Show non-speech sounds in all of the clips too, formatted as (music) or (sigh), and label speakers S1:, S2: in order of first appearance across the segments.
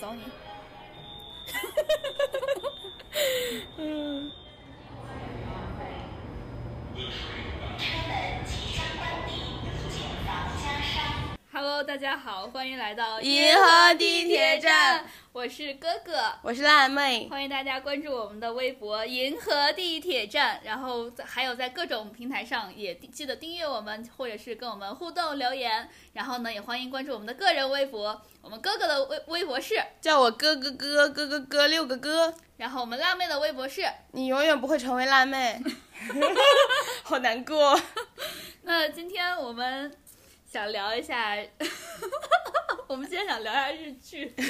S1: 教你。
S2: 嗯。Hello，大家好，欢迎来到
S1: (laughs) 银河地铁站， (laughs)
S2: 我是哥哥。
S1: 我是辣妹，
S2: 欢迎大家关注我们的微博“银河地铁站”，然后在还有在各种平台上也记得订阅我们，或者是跟我们互动留言。然后呢，也欢迎关注我们的个人微博，我们哥哥的微微博是，
S1: 叫我哥哥哥哥哥哥六个哥，
S2: 然后我们辣妹的微博是。
S1: 你永远不会成为辣 (laughs) 妹，好难过。
S2: 那今天我们想聊一下， (laughs) 我们今天想聊一下日 (laughs) 剧。为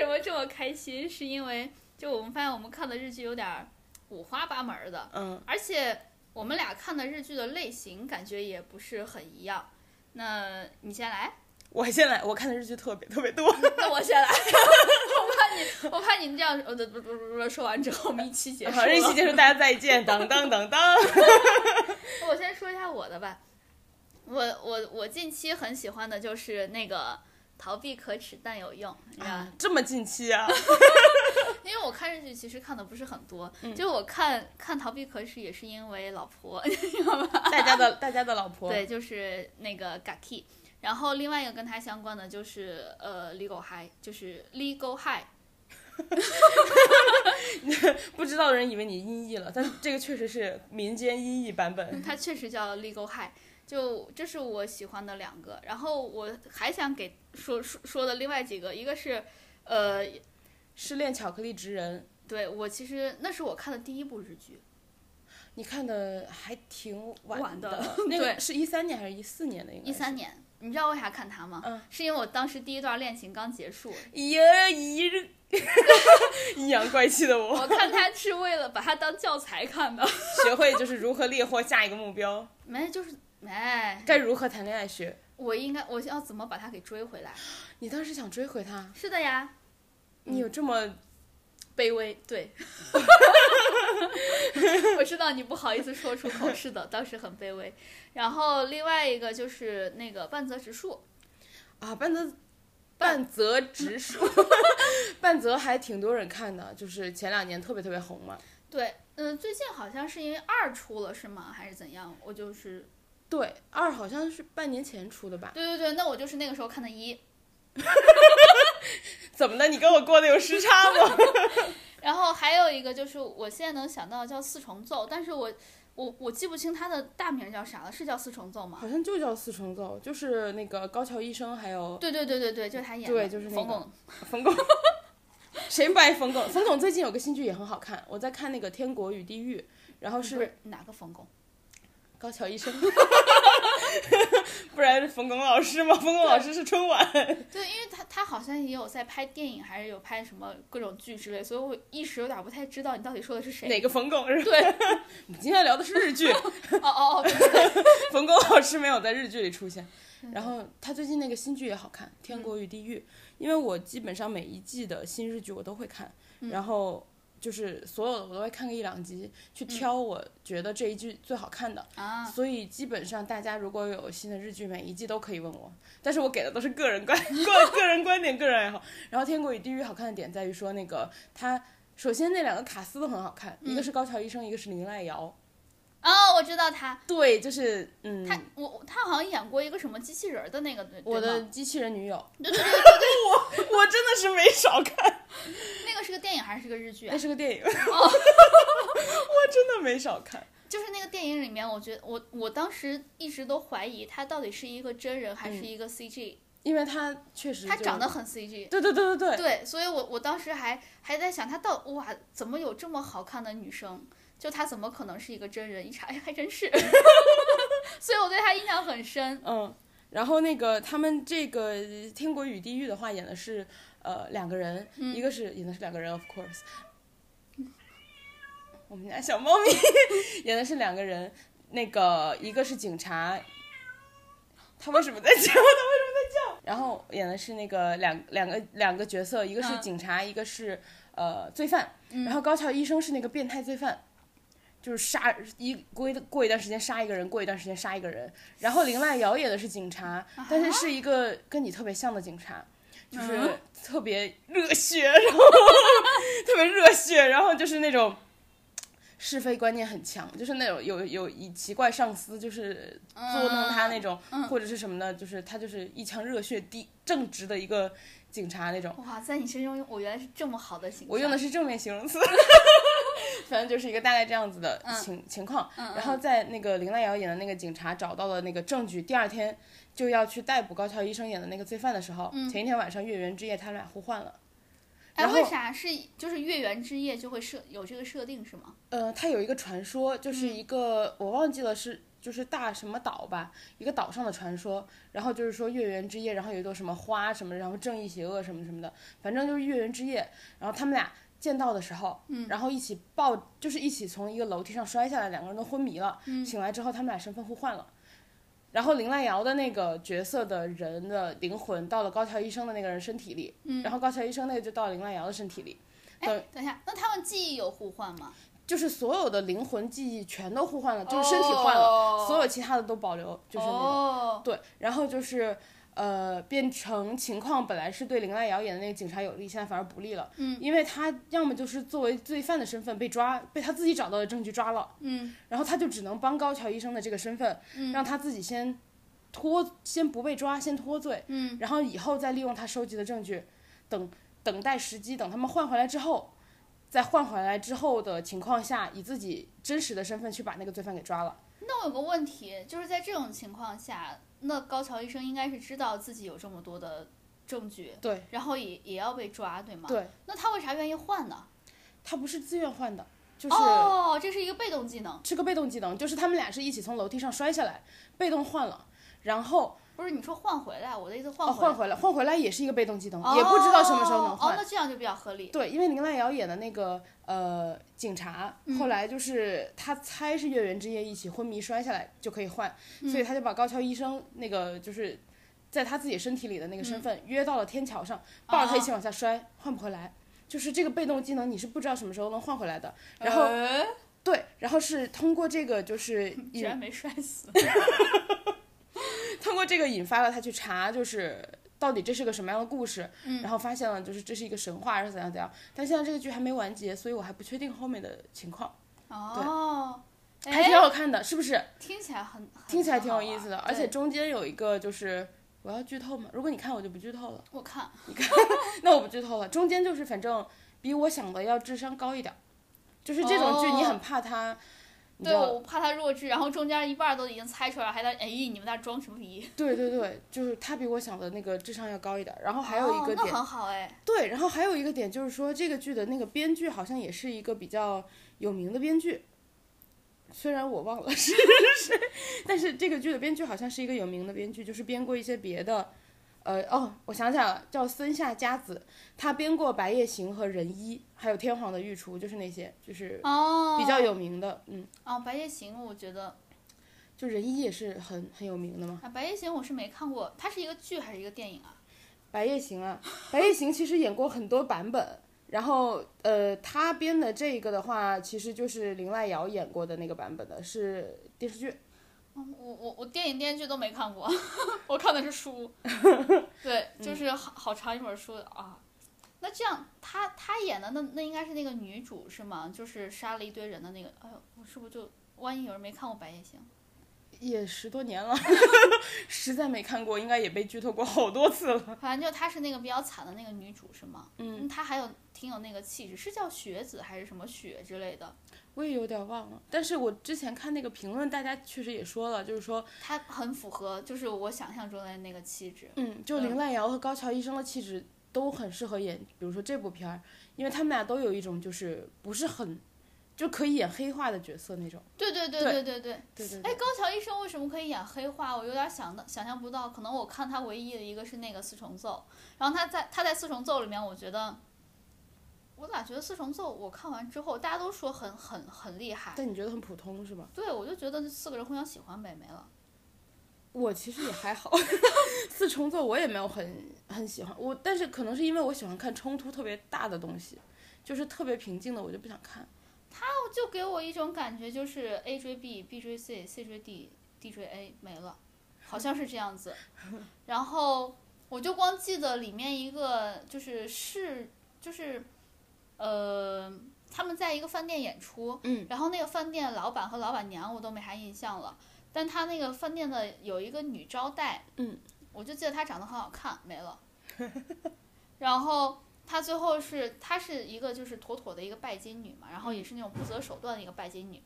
S2: 什么这么开心？是因为就我们发现我们看的日剧有点儿五花八门儿的。
S1: 嗯，
S2: 而且我们俩看的日剧的类型感觉也不是很一样。那你先来，
S1: 我现在我看的日剧特别特别多，
S2: (laughs) 那我先来。 (laughs) 我怕你，我怕你这样，呃，不不不不，说完之后我们一期结束
S1: 好，这期
S2: 了。
S1: 结束，大家再 (laughs) 见，当当当当。
S2: 我先说一下我的吧。我我我近期很喜欢的就是那个逃避可耻但有用，你知道吧
S1: 啊这么近期啊？
S2: 因为我看日剧其实看的不是很多，
S1: 嗯
S2: 就我看看逃避可耻也是因为老婆，
S1: 大家 (laughs) 的大家的老婆，
S2: 对，就是那个 Gaki。然后另外一个跟他相关的就是呃 Legal High，就是 Legal High。
S1: 不知道的人以为你音译了，但是这个确实是民间音译版本。
S2: 它确实叫 Legal High，就这是我喜欢的两个。然后我还想给说说说的另外几个，一个是，呃，
S1: 失恋巧克力职人，
S2: 对我其实那是我看的第一部日剧，
S1: 你看的还挺晚
S2: 晚的
S1: 那个
S2: 对
S1: 是一三年还是一四年的？应该是
S2: 一三。年。你知道为啥看它吗？
S1: 嗯
S2: 是因为我当时第一段恋情刚结 (laughs) 束，
S1: 呀，一日阴阳怪气的我， (laughs)
S2: 我看它是为了把它当教材看的。 (laughs)
S1: 学会就是如何猎获下一个目标，
S2: 没，就是没，
S1: 该如何谈恋爱学。
S2: 我应该我要怎么把它给追回来？
S1: 你当时想追回他，
S2: 是的呀，
S1: 你有这么卑微？
S2: (laughs) 对，我知道你不好意思说出口，是的，当时很卑微。然后另外一个就是那个半泽直树，
S1: 啊，半泽半泽直树， (laughs) 半泽还挺多人看的，就是前两年特别特别红嘛。
S2: 对，嗯、最近好像是因为二出了是吗？还是怎样？我就是，
S1: 对，二好像是半年前出的吧？
S2: 对对对，那我就是那个时候看的一。
S1: 怎么的？你跟我过得有时差吗？
S2: 然后还有一个就是我现在能想到叫四重奏，但是我我我记不清它的大名叫啥了，是叫四重奏吗？
S1: (laughs) 好像就叫四重奏，就是那个高桥医生还有
S2: 对对对对对，就是他演的，
S1: 对就是那
S2: 冯
S1: 个
S2: 巩。
S1: 冯巩。谁不爱冯巩？冯巩最近有个新剧也很好看，我在看那个《天国与地狱》，然后
S2: 不
S1: 是
S2: 是哪个冯巩？
S1: 高桥医生， (laughs) 不然是冯巩老师吗？冯巩老师是春 (laughs) 晚。
S2: 对，因为他他好像也有在拍电影，还是有拍什么各种剧之类，所以我一时有点不太知道你到底说的是谁。
S1: 哪个冯巩是吧？
S2: 对，
S1: (laughs) 我们今天聊的是日 (laughs) 剧，
S2: 哦哦哦，对
S1: 冯巩老师没有在日剧里出现。然后他最近那个新剧也好看，《天国与地狱》，因为我基本上每一季的新日剧我都会看，然后就是所有的我都会看个一两集，去挑我觉得这一季最好看的。
S2: 啊，
S1: 所以基本上大家如果有新的日剧，每一季都可以问我，但是我给的都是个人观个个人观点、个人爱好。然后《天国与地狱》好看的点在于说，那个他首先那两个卡斯都很好看，一
S2: 嗯
S1: 个是高桥医生，一个是林濑
S2: 啊
S1: 瑶。
S2: 哦，我知道他，
S1: 对，就是嗯，
S2: 他我他好像演过一个什么机器人儿的那个，对
S1: 我
S2: 对
S1: 的
S2: 吗
S1: 机器人女友，
S2: 对对
S1: (laughs) 我真的是没少看。
S2: 那个是个电影还是个日剧啊
S1: 那？是个电影，我 (laughs) 真的没少看。
S2: 就是那个电影里面，我觉得我我当时一直都怀疑他到底是一个真人还是一个 CG，、
S1: 因为他确实
S2: 他
S1: 就
S2: 长得很 CG。
S1: 嗯对对对对对，
S2: 对，所以我我当时还还在想，他到哇，怎么有这么好看的女生？就她怎么可能是一个真人？一查，哎，还真是。 (laughs) 所以我对她印象很深。
S1: 嗯。然后那个他们这个《天国与地狱》的话演的是呃两个人，一个是演的是两个人，of course。我们家小猫咪 (laughs) 演的是两个人，那个一个是警察，他为什么在叫？ (laughs) 他为什么在叫？然后演的是那个两两个两个角色，一个是
S2: 嗯
S1: 警察，一个是呃罪犯。然后高桥医生是那个变态罪犯，就是杀一过一过一段时间杀一个人，过一段时间杀一个人。然后林濑遥演的是警察，但是是一个跟你特别像的警察。就是特别热血，然后 (laughs) 特别热血，然后就是那种是非观念很强，就是那种有有以奇怪上司就是捉弄他那种，或者是什么的，就是他就是一腔热血、低正直的一个警察那种。
S2: 哇，在你身上用我原来是这么好的形象，
S1: 我用的是正面形
S2: (laughs)
S1: 容词，反正就是一个大概这样子的
S2: 嗯
S1: 情、情况。然后在那个林黛瑶演的那个警察找到了那个证据，第二天就要去逮捕高桥医生演的那个罪犯的时候，
S2: 嗯
S1: 前一天晚上月圆之夜他俩互换了。
S2: 哎，
S1: 然后
S2: 为啥是就是月圆之夜就会设有这个设定是吗？
S1: 呃，它有一个传说，就是一个、我忘记了是就是大什么岛吧，一个岛上的传说。然后就是说月圆之夜，然后有一朵什么花什么，然后正义邪恶什么什么的，反正就是月圆之夜。然后他们俩见到的时候，然后一起抱，就是一起从一个楼梯上摔下来，两个人都昏迷了。醒来之后，他们俩身份互换了。然后林濑瑶的那个角色的人的灵魂到了高桥医生的那个人身体里，然后高桥医生那个就到了林濑瑶的身体里。
S2: 哎，等一下，那他们记忆有互换吗？
S1: 就是所有的灵魂记忆全都互换了，就是身体换了，
S2: 哦
S1: 所有其他的都保留，就是那种、
S2: 哦，
S1: 对，然后就是。呃，变成情况本来是对林濑瑶演的那个警察有利，现在反而不利了。嗯，因为他要么就是作为罪犯的身份被抓，被他自己找到的证据抓了。
S2: 嗯，
S1: 然后他就只能帮高桥医生的这个身份，让他自己先脱，先不被抓，先脱罪。嗯，然后以后再利用他收集的证据，等等待时机，等他们换回来之后，在换回来之后的情况下，以自己真实的身份去把那个罪犯给抓了。
S2: 那我有个问题，就是在这种情况下，那高桥医生应该是知道自己有这么多的证据，
S1: 对，
S2: 然后也也要被抓，对吗？
S1: 对，
S2: 那他为啥愿意换呢？
S1: 他不是自愿换的，就是。
S2: 哦，这是一个被动技能，
S1: 是个被动技能，就是他们俩是一起从楼梯上摔下来，被动换了，然后
S2: 不是你说换回来，我的意思
S1: 哦
S2: 换
S1: 换
S2: 回来，
S1: 回来，换回来也是一个被动技能，
S2: 哦
S1: 也不知道什么时候能
S2: 哦，
S1: 换。
S2: 那这样就比较合理。
S1: 对，因为林濑瑶演的那个呃警察，
S2: 嗯
S1: 后来就是他猜是月圆之夜一起昏迷摔下来就可以换，
S2: 嗯
S1: 所以他就把高桥医生那个就是在他自己身体里的那个
S2: 嗯
S1: 身份、约到了天桥
S2: 哦
S1: 上，抱着他一起往下摔，换不回来。就是这个被动技能，你是不知道什么时候能换回来的。然后、
S2: 哎
S1: 对，然后是通过这
S2: (laughs)
S1: 个就是
S2: 居
S1: 引
S2: 然没摔
S1: (laughs)
S2: 死，
S1: 通过这个引发了他去查，就是到底这是个什么样的故事，
S2: 嗯
S1: 然后发现了就是这是一个神话，还是怎样怎样。但现在这个剧还没完结，所以我还不确定后面的情况，
S2: 哦，
S1: 还挺好看的，是不是？
S2: 听起来很，很
S1: 听起来
S2: 很
S1: 挺
S2: 好
S1: 有意思的，
S2: 玩
S1: 而且
S2: 对
S1: 中间有一个就是。我要剧透吗？如果你看我就不剧透了， (laughs)
S2: 我看
S1: 那我不剧透了。中间就是反正比我想的要智商高一点儿，就是这种剧
S2: 哦
S1: 你很怕它，你知
S2: 对，
S1: 道
S2: 我怕他弱智，然后中间一半都已经猜出来了，还在哎，你们在装什么逼？
S1: 对对对，就是它比我想的那个智商要高一点儿。然后还有一个
S2: 哦
S1: 点
S2: 那很好哎，
S1: 对，然后还有一个点就是说，这个剧的那个编剧好像也是一个比较有名的编剧，虽然我忘了是是谁，但是这个剧的编剧好像是一个有名的编剧，就是编过一些别的，呃，哦，我想起来了，叫森下佳子，他编过《白夜行》和《仁医》，还有《天皇的御厨》，就是那些，就是
S2: 哦，
S1: 比较有名的，嗯，
S2: 啊，《白夜行》我觉得
S1: 就《仁医》也是很很有名的嘛，
S2: 啊，《白夜行》我是没看过，它是一个剧还是一个电影啊？
S1: 《白夜行》啊，《白夜行》其实演过很多版本。然后，呃，他编的这个的话，其实就是林濑瑶演过的那个版本的，是电视剧。
S2: 嗯我我我电影电视剧都没看过， (laughs) 我看的是 (laughs) 书，对，就是好好长一本书啊。那这样，她她演的那那应该是那个女主是吗？就是杀了一堆人的那个，哎呦，我是不是就万一有人没看过《白夜行》？
S1: 也十多年了， (laughs) 实在没看过，应该也被剧透过好多次了。
S2: 反正就她是那个比较惨的那个女主是吗？嗯，她还有挺有那个气质，是叫雪子还是什么雪之类的？
S1: 我也有点忘了，但是我之前看那个评论，大家确实也说了，就是说，
S2: 她很符合就是我想象中的那个气质。
S1: 嗯，就林濑瑶和高桥医生的气质都很适合演，比如说这部片儿，因为他们俩都有一种就是不是很，就可以演黑化的角色那种。
S2: 对对对
S1: 对
S2: 对对对。
S1: 对对对。
S2: 哎，高桥医生为什么可以演黑化？我有点想的想象不到。可能我看他唯一的一个是那个四重奏，然后他在他在四重奏里面，我觉得，我咋觉得四重奏我看完之后，大家都说很很很厉害，
S1: 但你觉得很普通是吧？
S2: 对我就觉得那四个人互相喜欢呗，没了。
S1: 我其实也还好， (laughs) 四重奏我也没有很很喜欢，我但是可能是因为我喜欢看冲突特别大的东西，就是特别平静的我就不想看。
S2: 哦，就给我一种感觉，就是 A 追 B，B 追
S1: (laughs)
S2: C，C 追 D，D 追 A 没了，好像是这样子。然后我就光记得里面一个就是是就是，呃，他们在一个饭店演出，
S1: 嗯，
S2: 然后那个饭店老板和老板娘我都没啥印象了，但他那个饭店的有一个女招待，
S1: 嗯，
S2: 我就记得她长得很好看，没了。 (laughs) 然后她最后是她是一个就是妥妥的一个拜金女嘛，然后也是那种不择手段的一个拜金女，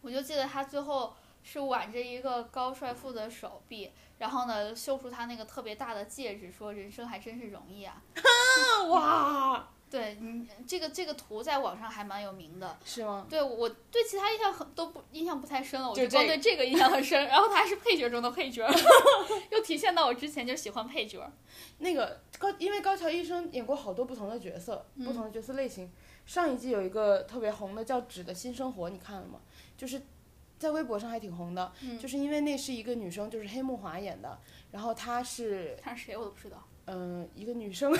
S2: 我就记得她最后是挽着一个高帅富的手臂，然后呢，秀出他那个特别大的戒指，说人生还真是容易啊。
S1: 哇，
S2: 对你这个这个图在网上还蛮有名的。
S1: (laughs) 是吗？
S2: 对我对其他印象很都不印象不太深了，我
S1: 就
S2: 光
S1: 这
S2: 对这个印象很深。然后他还是配角中的 (laughs) 配角，又体现到我之前就喜欢配角。
S1: 那个高，因为高桥医生演过好多不同的角色，
S2: 嗯
S1: 不同的角色类型。上一季有一个特别红的叫《纸的新生活》，你看了吗？就是在微博上还挺红的，
S2: 嗯
S1: 就是因为那是一个女生，就是黑木华演的，然后她是
S2: 他是谁我都不知道，
S1: 嗯、一个女生，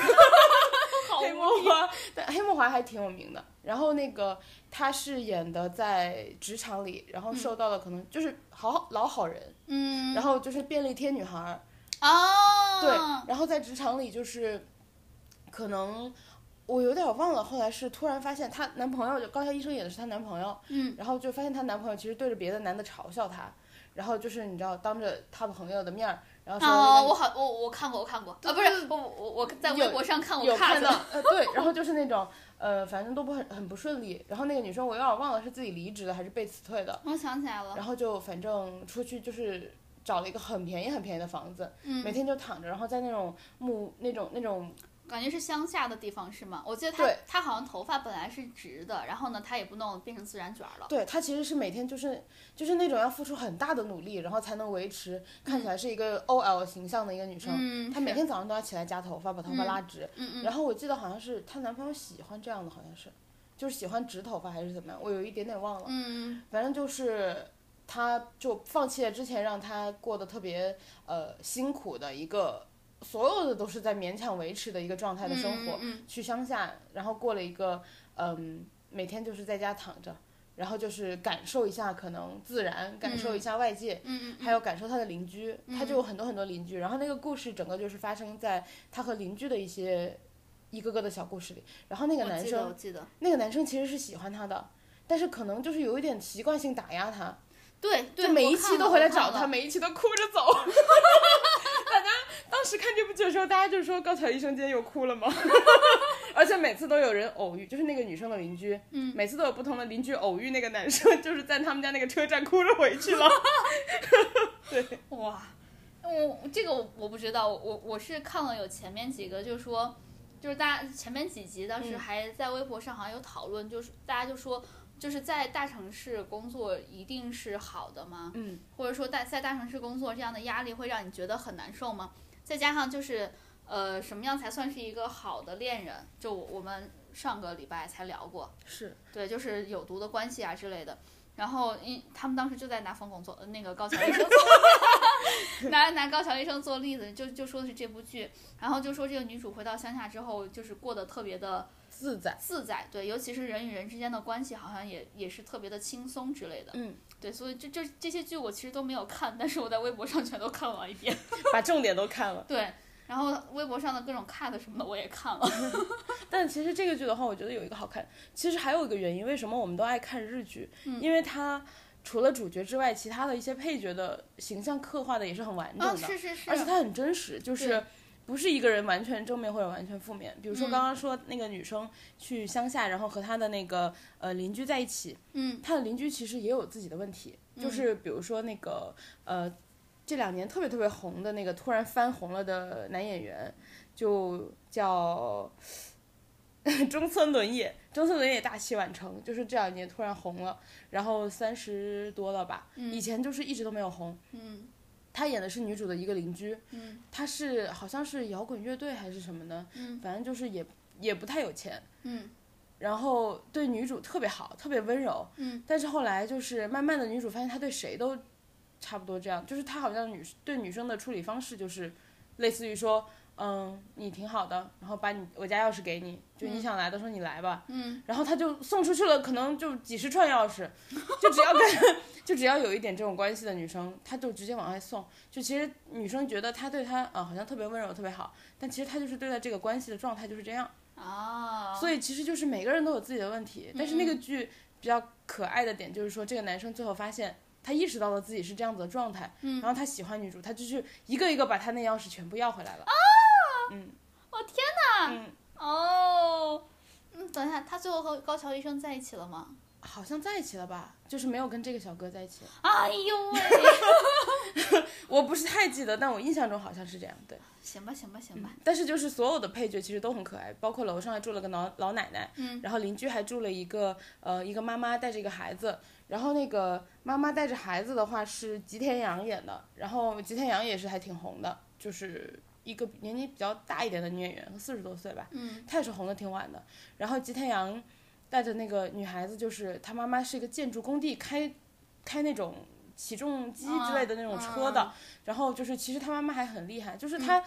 S2: 好
S1: 黑
S2: 无
S1: 木华，但黑木华还挺有名的。然后那个她是演的在职场里，然后受到了可能就是好老好人，
S2: 嗯
S1: 然后就是便利贴女孩儿，
S2: 哦，
S1: 对，然后在职场里就是可能。我有点忘了，后来是突然发现她男朋友就高桥医生演的是她男朋友，
S2: 嗯
S1: 然后就发现她男朋友其实对着别的男的嘲笑她，然后就是你知道当着她朋友的面儿，然后说
S2: 哦，
S1: 那个
S2: 我好我我看过我看过啊，不
S1: 对
S2: 是我我我在微
S1: 有
S2: 博上看我
S1: 有
S2: 看
S1: 看到 (laughs)
S2: 的，，
S1: 呃，对，
S2: (laughs)
S1: 然后就是那种，呃，反正都不很很不顺利。然后那个女生我有点忘了是自己离职的还是被辞退的，
S2: 我想起来了，
S1: 然后就反正出去就是找了一个很便宜很便宜的房子，
S2: 嗯
S1: 每，天就躺着，然后在那种木那种那种，
S2: 感觉是乡下的地方是吗？我记得他
S1: 对
S2: 他好像头发本来是直的，然后呢，他也不弄了，变成自然卷儿了。
S1: 对，她其实是每天就是就是那种要付出很大的努力，然后才能维持看起来是一个 OL 形象的一个女生。
S2: 嗯，
S1: 她每
S2: 是
S1: 天早上都要起来夹头发，把头发
S2: 嗯
S1: 拉直。
S2: 嗯嗯
S1: 然后我记得好像是她男朋友喜欢这样的，好像是，就是喜欢直头发还是怎么样，我有一点点忘了。
S2: 嗯
S1: 反正就是她就放弃了之前让她过得特别呃辛苦的一个，所有的都是在勉强维持的一个状态的生活，
S2: 嗯嗯
S1: 去乡下，然后过了一个嗯、每天就是在家躺着，然后就是感受一下可能自然，感受一下外界。
S2: 嗯嗯
S1: 还有感受她的邻居，她就有很多很多邻居，然后那个故事整个就是发生在她和邻居的一些一个个的小故事里。然后那
S2: 嗯，
S1: 个
S2: 我
S1: 男
S2: 记得
S1: 生
S2: 我，记得，
S1: 那个男生其实是喜欢她的，但是可能就是有一点习惯性打压她，
S2: 对对，
S1: 就每
S2: 我
S1: 一
S2: 看
S1: 期
S2: 了
S1: 都回来
S2: 我看
S1: 找她，
S2: 了
S1: 每一期都哭着走。 (laughs) 大家当时看这部剧的时候，大家就说高桥医生今天又哭了吗？ (laughs) 而且每次都有人偶遇，就是那个女生的邻居，
S2: 嗯
S1: 每次都有不同的邻居偶遇那个男生，就是在他们家那个车站哭着回去了。
S2: 哇，我这个我我不知道，我我是看了有前面几个，就是说，就是大家前面几集当时
S1: 嗯
S2: 还在微博上好像有讨论，就是大家就说，就是在大城市工作一定是好的吗？
S1: 嗯，
S2: 或者说在在大城市工作这样的压力会让你觉得很难受吗？再加上就是呃，什么样才算是一个好的恋人？就我我们上个礼拜才聊过，
S1: 是，
S2: 对，就是有毒的关系啊之类的。然后，因他们当时就在拿冯巩做呃那个高桥医生做 (laughs) 拿拿高桥医生做例子，就就说的是这部剧，然后就说这个女主回到乡下之后，就是过得特别的
S1: 自在。
S2: 自在，对，尤其是人与人之间的关系，好像也也是特别的轻松之类的，
S1: 嗯，
S2: 对，所以这这这些剧我其实都没有看，但是我在微博上全都看完一遍， (laughs)
S1: 把重点都看了。
S2: 对，然后微博上的各种 cut 什么的我也看了，
S1: 但其实这个剧的话，我觉得有一个好看，其实还有一个原因，为什么我们都爱看日剧？
S2: 嗯
S1: 因为它除了主角之外，其他的一些配角的形象刻画的也是很完整的，
S2: 啊哦是是
S1: 而且它很真实，就是
S2: 对。
S1: 不是一个人完全正面或者完全负面，比如说
S2: 嗯
S1: 刚刚说那个女生去乡下，然后和她的那个呃邻居在一起，
S2: 嗯
S1: 她的邻居其实也有自己的问题，就
S2: 嗯
S1: 是比如说那个呃，这两年特别特别红的那个突然翻红了的男演员，就叫 (laughs) 中村伦也，中村伦也大器晚成，就是这两年突然红了，然后三十多了吧，以
S2: 嗯
S1: 前就是一直都没有红。
S2: 嗯
S1: 他演的是女主的一个邻居，
S2: 嗯
S1: 他是好像是摇滚乐队还是什么呢，
S2: 嗯
S1: 反正就是也也不太有钱，
S2: 嗯
S1: 然后对女主特别好，特别温柔，
S2: 嗯
S1: 但是后来就是慢慢的，女主发现她对谁都差不多这样，就是她好像女对女生的处理方式就是类似于说，嗯，你挺好的，然后把你我家钥匙给你，就你想来的时候你来吧。
S2: 嗯，
S1: 然后他就送出去了，可能就几十串钥匙，就只要跟 (laughs) 就只要有一点这种关系的女生，他就直接往外送。就其实女生觉得他对她啊、好像特别温柔，特别好，但其实他就是对待这个关系的状态就是这样。
S2: 哦，嗯
S1: 所以其实就是每个人都有自己的问题，但是那个剧比较可爱的点就是说，这个男生最后发现他意识到了自己是这样子的状态，
S2: 嗯
S1: 然后他喜欢女主，他就去一个一个把他那钥匙全部要回来了。嗯，
S2: 我
S1: 天哪！嗯，
S2: 哦，嗯，等一下，他最后和高桥医生在一起了吗？
S1: 好像在一起了吧？就是没有跟这个小哥在一起。
S2: 哎呦喂！
S1: 我不是太记得，但我印象中好像是这样。对，
S2: (laughs) 行吧，行吧，行吧。
S1: 但是就是所有的配角其实都很可爱，包括楼上还住了个老老奶奶，
S2: 嗯，
S1: 然后邻居还住了一个呃一个妈妈带着一个孩子，然后那个妈妈带着孩子的话是吉田洋演的，然后吉田洋也是还挺红的，就是一个年纪比较大一点的女演员，四十多岁吧，
S2: 嗯，
S1: 她也是红的挺晚的。然后吉田洋带着那个女孩子，就是她妈妈是一个建筑工地开开那种起重机
S2: 啊
S1: 之类的那种车的，
S2: 嗯嗯
S1: 然后就是其实她妈妈还很厉害，
S2: 嗯
S1: 就是她。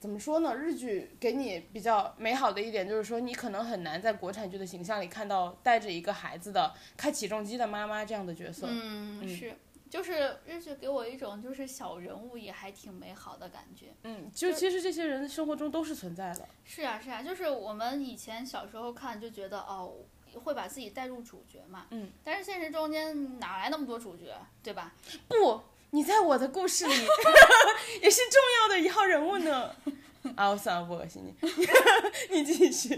S1: 怎么说呢？日剧给你比较美好的一点就是说，你可能很难在国产剧的形象里看到带着一个孩子的开起重机的妈妈这样的角色。
S2: 嗯，是，就是日剧给我一种就是小人物也还挺美好的感觉。
S1: 嗯，就其实这些人生活中都是存在的。
S2: 是啊，是啊，就是我们以前小时候看就觉得哦，会把自己带入主角嘛。
S1: 嗯。
S2: 但是现实中间哪来那么多主角，对吧？
S1: 不，你在我的故事 (laughs) 里也是重要的一号人物呢。 (laughs) 啊，我算了，不恶心你， (laughs) 你继续。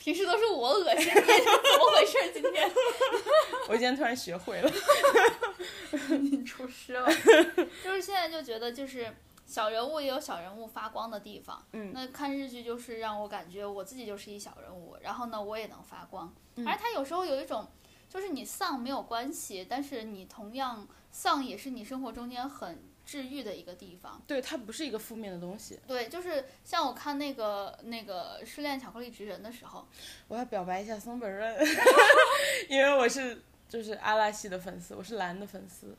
S2: 平时都是我恶心你，怎么回事？今天
S1: 我今天突然学会了。
S2: 你出师
S1: (laughs)
S2: 了。就是现在就觉得就是。小人物也有小人物发光的地方，
S1: 嗯
S2: 那看日剧就是让我感觉我自己就是一小人物，然后呢，我也能发光。
S1: 嗯
S2: 而它有时候有一种，就是你丧没有关系，但是你同样丧也是你生活中间很治愈的一个地方。
S1: 对，它不是一个负面的东西。
S2: 对，就是像我看那个那个《失恋巧克力职人》的时候，
S1: 我要表白一下松本 (laughs) 润，因为我是就是阿拉西的粉丝，我是蓝的粉丝。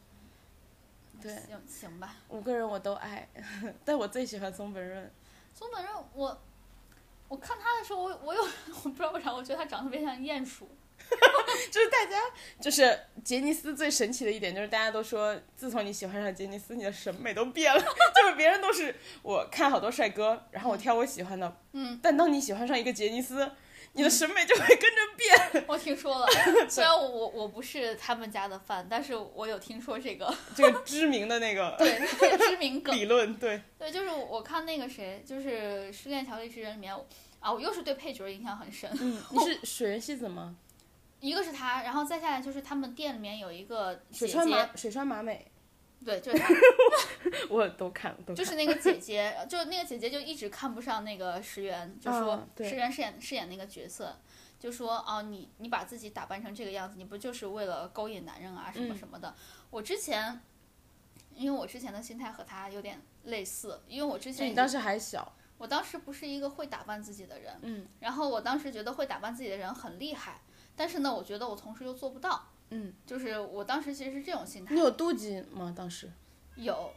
S1: 对
S2: 行行吧。
S1: 五个人我都爱， (laughs) 但我最喜欢松本润。
S2: 松本润，我我看他的时候，我我有 (laughs) 我不知道为啥，我觉得他长得特别像鼹鼠。
S1: 就是大家，就是杰尼斯最神奇的一点，就是大家都说，自从你喜欢上杰尼斯，你的审美都变了。 (laughs) 就是别人都是我看好多帅哥，然后我挑我喜欢的，
S2: 嗯，
S1: 但当你喜欢上一个杰尼斯，你的审美就会跟 (laughs) 着变。
S2: (laughs) 我听说
S1: (laughs)
S2: 了，虽然我我我不是他们家的饭，但是我有听说这个
S1: 这个知名的那个
S2: (laughs) 对这个知名梗。
S1: (laughs) 理论，对，
S2: 对，就是我看那个谁，就是《失恋巧克力职人》里面啊，我又是对配角印象很深。
S1: 嗯，你是水原希子吗？
S2: 一个是他，然后再下来就是他们店里面有一个姐
S1: 水
S2: 姐
S1: 川，麻水川麻美，
S2: 对，就是她
S1: (laughs) 我都看了，都看
S2: 就是那个姐姐，就那个姐姐就一直看不上那个石原，就说
S1: 嗯对
S2: 石原饰演饰演那个角色，就说哦，你你把自己打扮成这个样子，你不就是为了勾引男人啊什么
S1: 嗯
S2: 什么的？我之前，因为我之前的心态和他有点类似，因为我之
S1: 就
S2: 前
S1: 你
S2: 已
S1: 当
S2: 经
S1: 时还小，
S2: 我当时不是一个会打扮自己的人，
S1: 嗯
S2: 然后我当时觉得会打扮自己的人很厉害，但是呢，我觉得我同时又做不到，
S1: 嗯，
S2: 就是我当时其实是这种心态
S1: 你。有妒忌吗？当时
S2: 有，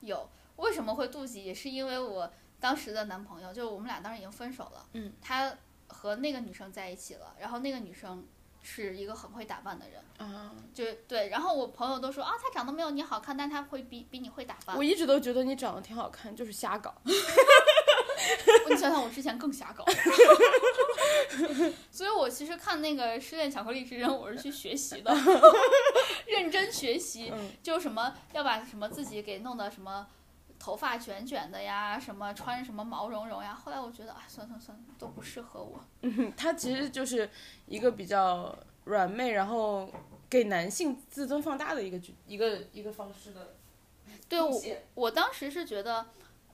S2: 有。为什么会妒忌？也是因为我当时的男朋友，就是我们俩当时已经分手了，
S1: 嗯，
S2: 他和那个女生在一起了，然后那个女生是一个很会打扮的人，
S1: 啊，
S2: 就是对。然后我朋友都说啊，她长得没有你好看，但她会比比你会打扮
S1: 我。一直都觉得你长得挺好看，就是瞎搞。
S2: 你想想，我之前更瞎搞。 (laughs) 所以我其实看那个《失恋巧克力之人》，我是去学习的， (laughs) 认真学习，
S1: 嗯
S2: 就什么要把什么自己给弄得什么。头发卷卷的呀，什么穿什么毛茸茸呀。后来我觉得，哎，算算算，都不适合我。
S1: 嗯，她其实就是一个比较软妹，然后给男性自尊放大的一个举一个一个方式的
S2: 对我
S1: 路，线
S2: 我当时是觉得，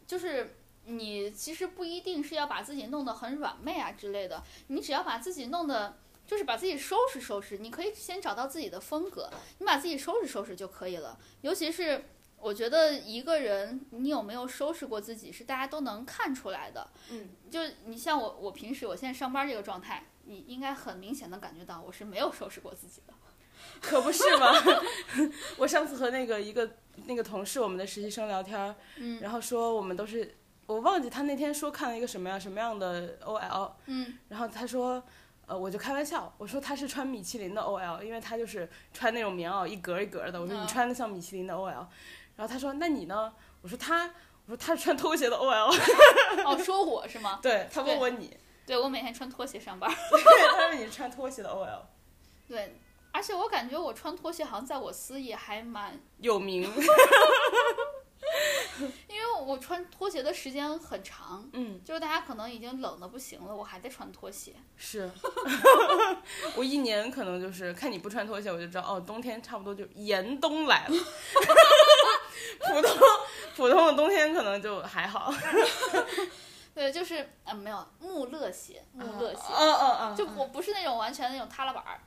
S2: 就是你其实不一定是要把自己弄得很软妹啊之类的，你只要把自己弄得。就是把自己收拾收拾，你可以先找到自己的风格，你把自己收拾收拾就可以了。尤其是我觉得一个人你有没有收拾过自己，是大家都能看出来的。
S1: 嗯，
S2: 就是你像我，我平时我现在上班这个状态，你应该很明显的感觉到我是没有收拾过自己的。
S1: 可不是吗？ (laughs) 我上次和那个一个那个同事，我们的实习生聊天，
S2: 嗯，
S1: 然后说我们都是我忘记他那天说看了一个什么样什么样的 OL，
S2: 嗯，
S1: 然后他说，呃，我就开玩笑，我说他是穿米其林的 OL，因为他就是穿那种棉袄一格一格的，我说
S2: 嗯
S1: 你穿的像米其林的 OL，、然后他说那你呢？我说他，我说他是穿拖鞋的 OL，
S2: 哦，说我是吗？
S1: (laughs) 对他问
S2: 对
S1: 我你， (laughs)
S2: 对我每天穿拖鞋上班。
S1: 对，他说你是穿拖鞋的 OL，
S2: 对，而且我感觉我穿拖鞋好像在我司也还蛮，
S1: 有名， (laughs)
S2: 因为我穿拖鞋的时间很长，
S1: 嗯，
S2: 就是大家可能已经冷的不行了，我还在穿拖鞋。
S1: (laughs) 是，我一年可能就是看你不穿拖鞋，我就知道哦，冬天差不多就严冬来 (laughs) 了，普通普通的冬天可能就还好，
S2: 对，就是啊、呃没有穆勒鞋，穆勒鞋，
S1: 嗯嗯嗯，
S2: 就我不是那种完全那种塌拉板儿，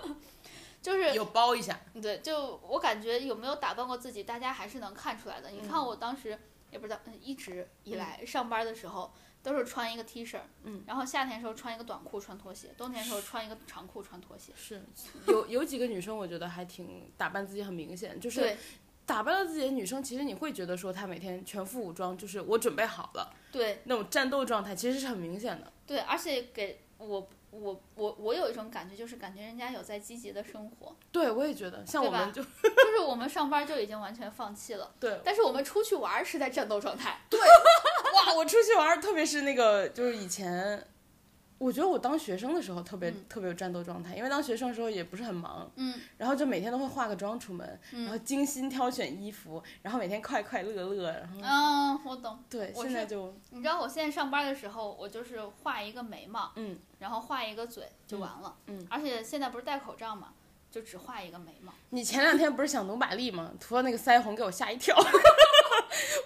S2: (laughs) 就是
S1: 有包一下，
S2: 对，就我感觉有没有打扮过自己，大家还是能看出来的。你
S1: 嗯
S2: 看我当时也不知道，嗯一直以来上班的时候都是穿一个 T 恤，
S1: 嗯，
S2: 然后夏天的时候穿一个短裤穿拖鞋，冬天的时候穿一个长裤穿拖鞋。
S1: 是有有几个女生，我觉得还挺打扮自己很明显，就是
S2: 对
S1: 打扮了自己的女生，其实你会觉得说她每天全副武装，就是我准备好了
S2: 对
S1: 那种战斗状态，其实是很明显的。
S2: 对，而且给我我我我有一种感觉，就是感觉人家有在积极的生活， (laughs)
S1: 对，我也觉得，像
S2: 对
S1: 我们
S2: 吧
S1: 就
S2: 就是我们上班就已经完全放弃了，
S1: 对
S2: 但是我们出去玩儿是在战斗状态。
S1: (laughs) 哇，我出去玩儿，特别是那个就是以前。我觉得我当学生的时候特别、
S2: 嗯
S1: 特别有战斗状态，因为当学生的时候也不是很忙，
S2: 嗯，
S1: 然后就每天都会化个妆出门，
S2: 嗯
S1: 然后精心挑选衣服，然后每天快快乐乐，然后、
S2: 嗯，我懂。
S1: 对，
S2: 我
S1: 现在
S2: 是
S1: 就
S2: 你知道我现在上班的时候，我就是画一个眉毛，
S1: 嗯，
S2: 然后画一个嘴就完了，
S1: 嗯嗯
S2: 而且现在不是戴口罩嘛，就只画一个眉毛。
S1: 你前两天不是想努把力吗？涂了那个腮红，给我吓一跳。 (laughs)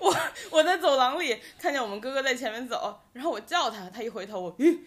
S1: 我我在走廊里看见我们哥哥在前面走，然后我叫他，他一回头，我咦，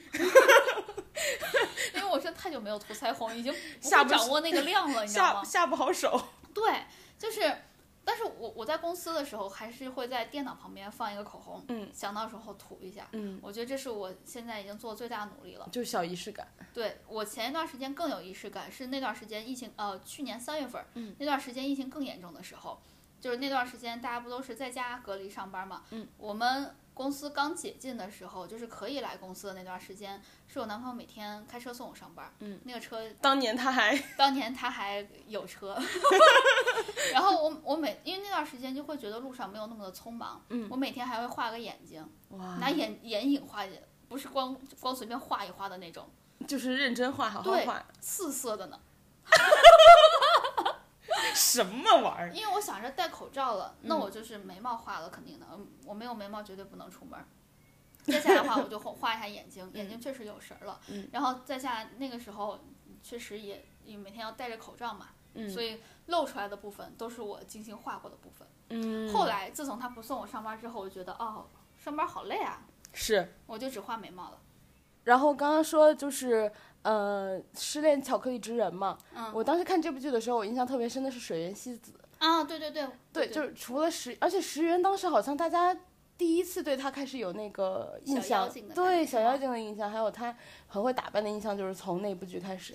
S2: 因为我真的太久没有涂腮红，已经不
S1: 下
S2: 会
S1: 不
S2: 掌握那个量了，你知道
S1: 下
S2: 吗？
S1: 下不好手。
S2: 对，就是，但是我我在公司的时候还是会在电脑旁边放一个口红，
S1: 嗯
S2: 想到时候涂一下。
S1: 嗯，
S2: 我觉得这是我现在已经做的最大努力了。
S1: 就小仪式感。
S2: 对我前一段时间更有仪式感，是那段时间疫情，呃，去年三月份，
S1: 嗯，
S2: 那段时间疫情更严重的时候，就是那段时间大家不都是在家隔离上班嘛，
S1: 嗯，
S2: 我们公司刚解禁的时候，就是可以来公司的那段时间，是我男朋友每天开车送我上班，
S1: 嗯，
S2: 那个车
S1: 当年他还
S2: 当年他还有
S1: (laughs)
S2: 车，然后我我每因为那段时间就会觉得路上没有那么的匆忙，
S1: 嗯啊
S2: 我每天还会画个眼睛，
S1: 哇
S2: 拿眼眼影画眼，不是光光随便画一画的那种。
S1: 就是认真画，好好
S2: 对
S1: 画，
S2: 四色的呢，
S1: 什么玩意儿？
S2: 因为我想着戴口罩了，那
S1: 嗯
S2: 我就是眉毛画了，肯定的。嗯我没有眉毛绝对不能出门儿。再下来的话，我就画画一下眼睛，眼睛确实有神儿了。
S1: 嗯
S2: 然后再下来那个时候，确实也也每天要戴着口罩嘛，
S1: 嗯
S2: 所以露出来的部分都是我精心画过的部分。
S1: 嗯，
S2: 后来自从他不送我上班之后，我觉得哦，上班好累啊，
S1: 是。
S2: 我就只画眉毛了。
S1: 然后刚刚说就是呃，失恋巧克力之人嘛，
S2: 嗯
S1: 我当时看这部剧的时候，我印象特别深的是水原希子。
S2: 啊，对对对，
S1: 对，就是除了石，而且石原当时好像大家第一次对他开始有那个印
S2: 小妖
S1: 象
S2: 精，的感
S1: 对
S2: 觉
S1: 小妖精的印象，还有他很会打扮的印象，就是从那部剧开始。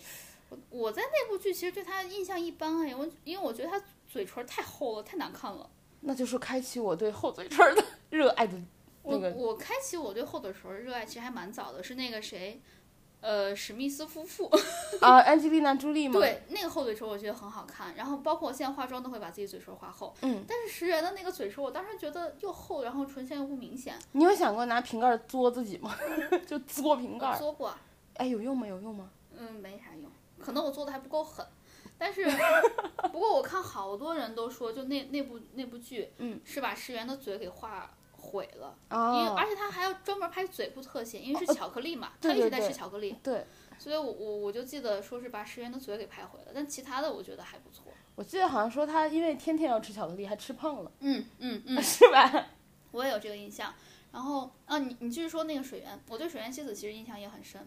S2: 我我在那部剧其实对他印象一般哎，我因为我觉得他嘴唇太厚了，太难看了。
S1: 那就是开启我对厚嘴唇儿的 (laughs) 热爱的
S2: 我
S1: 那个
S2: 我开启我对厚嘴唇的热爱其实还蛮早的，是那个谁，呃，史密斯夫妇， (laughs)
S1: 啊， (laughs) 安吉丽娜·朱莉吗？，
S2: 对那个厚嘴唇我觉得很好看。然后包括我现在化妆都会把自己嘴唇画厚，
S1: 嗯，
S2: 但是石原的那个嘴唇我当时觉得又厚，然后唇线又不明显，
S1: 你有想过拿瓶盖儿嘬自己吗？ (laughs) 就嘬瓶盖
S2: 我
S1: 儿，
S2: 做过，
S1: 哎，有用吗？有用吗？
S2: 嗯，没啥用，可能我做的还不够狠。但
S1: (laughs)
S2: 是，不过我看好多人都说，就那那部那部剧，
S1: 嗯，
S2: 是把石原的嘴给画毁了，因为
S1: 啊
S2: 而，且他还要专门拍嘴部特写，因为是巧克力嘛，
S1: 哦对
S2: 他一直
S1: 对
S2: 在
S1: 对
S2: 吃巧克力，
S1: 对，
S2: 所以我我我就记得说是把石原的嘴给拍毁了，但其他的我觉得还不错。
S1: 我记得好像说他因为天天要吃巧克力，还吃胖了，
S2: 嗯嗯嗯，
S1: (laughs) 是吧？
S2: 我也有这个印象。然后啊，你你继续说那个水原，我对水原希子其实印象也很深。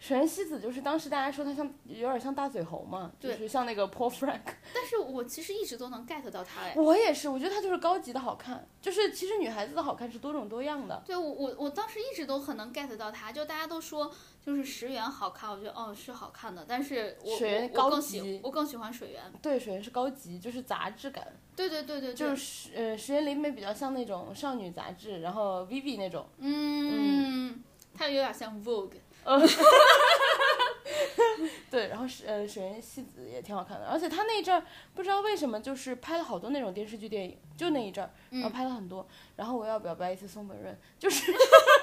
S1: 神西子就是当时大家说他像有点像大嘴猴嘛，就
S2: 对
S1: 是像那个 Paul Frank。
S2: 但是我其实一直都能 get 到他哎。
S1: 我也是，我觉得他就是高级的好看，就是其实女孩子的好看是多种多样的。
S2: 对我我我当时一直都很能 get 到他，就大家都说就是石原好看，我觉得哦是好看的，但是我
S1: 水原
S2: 我我
S1: 高
S2: 更
S1: 级
S2: 喜我更喜欢水原。
S1: 对，首先是高级，就是杂志感，
S2: 对对对对对，
S1: 就是呃，石原里美比较像那种少女杂志，然后 Vivi 那种，
S2: 嗯，他有点像 Vogue。
S1: (laughs) 对，然后是呃，水原希子也挺好看的，而且她那一阵儿不知道为什么就是拍了好多那种电视剧电影，就那一阵儿，然后
S2: 嗯
S1: 拍了很多。然后我要表白一次松本润，就是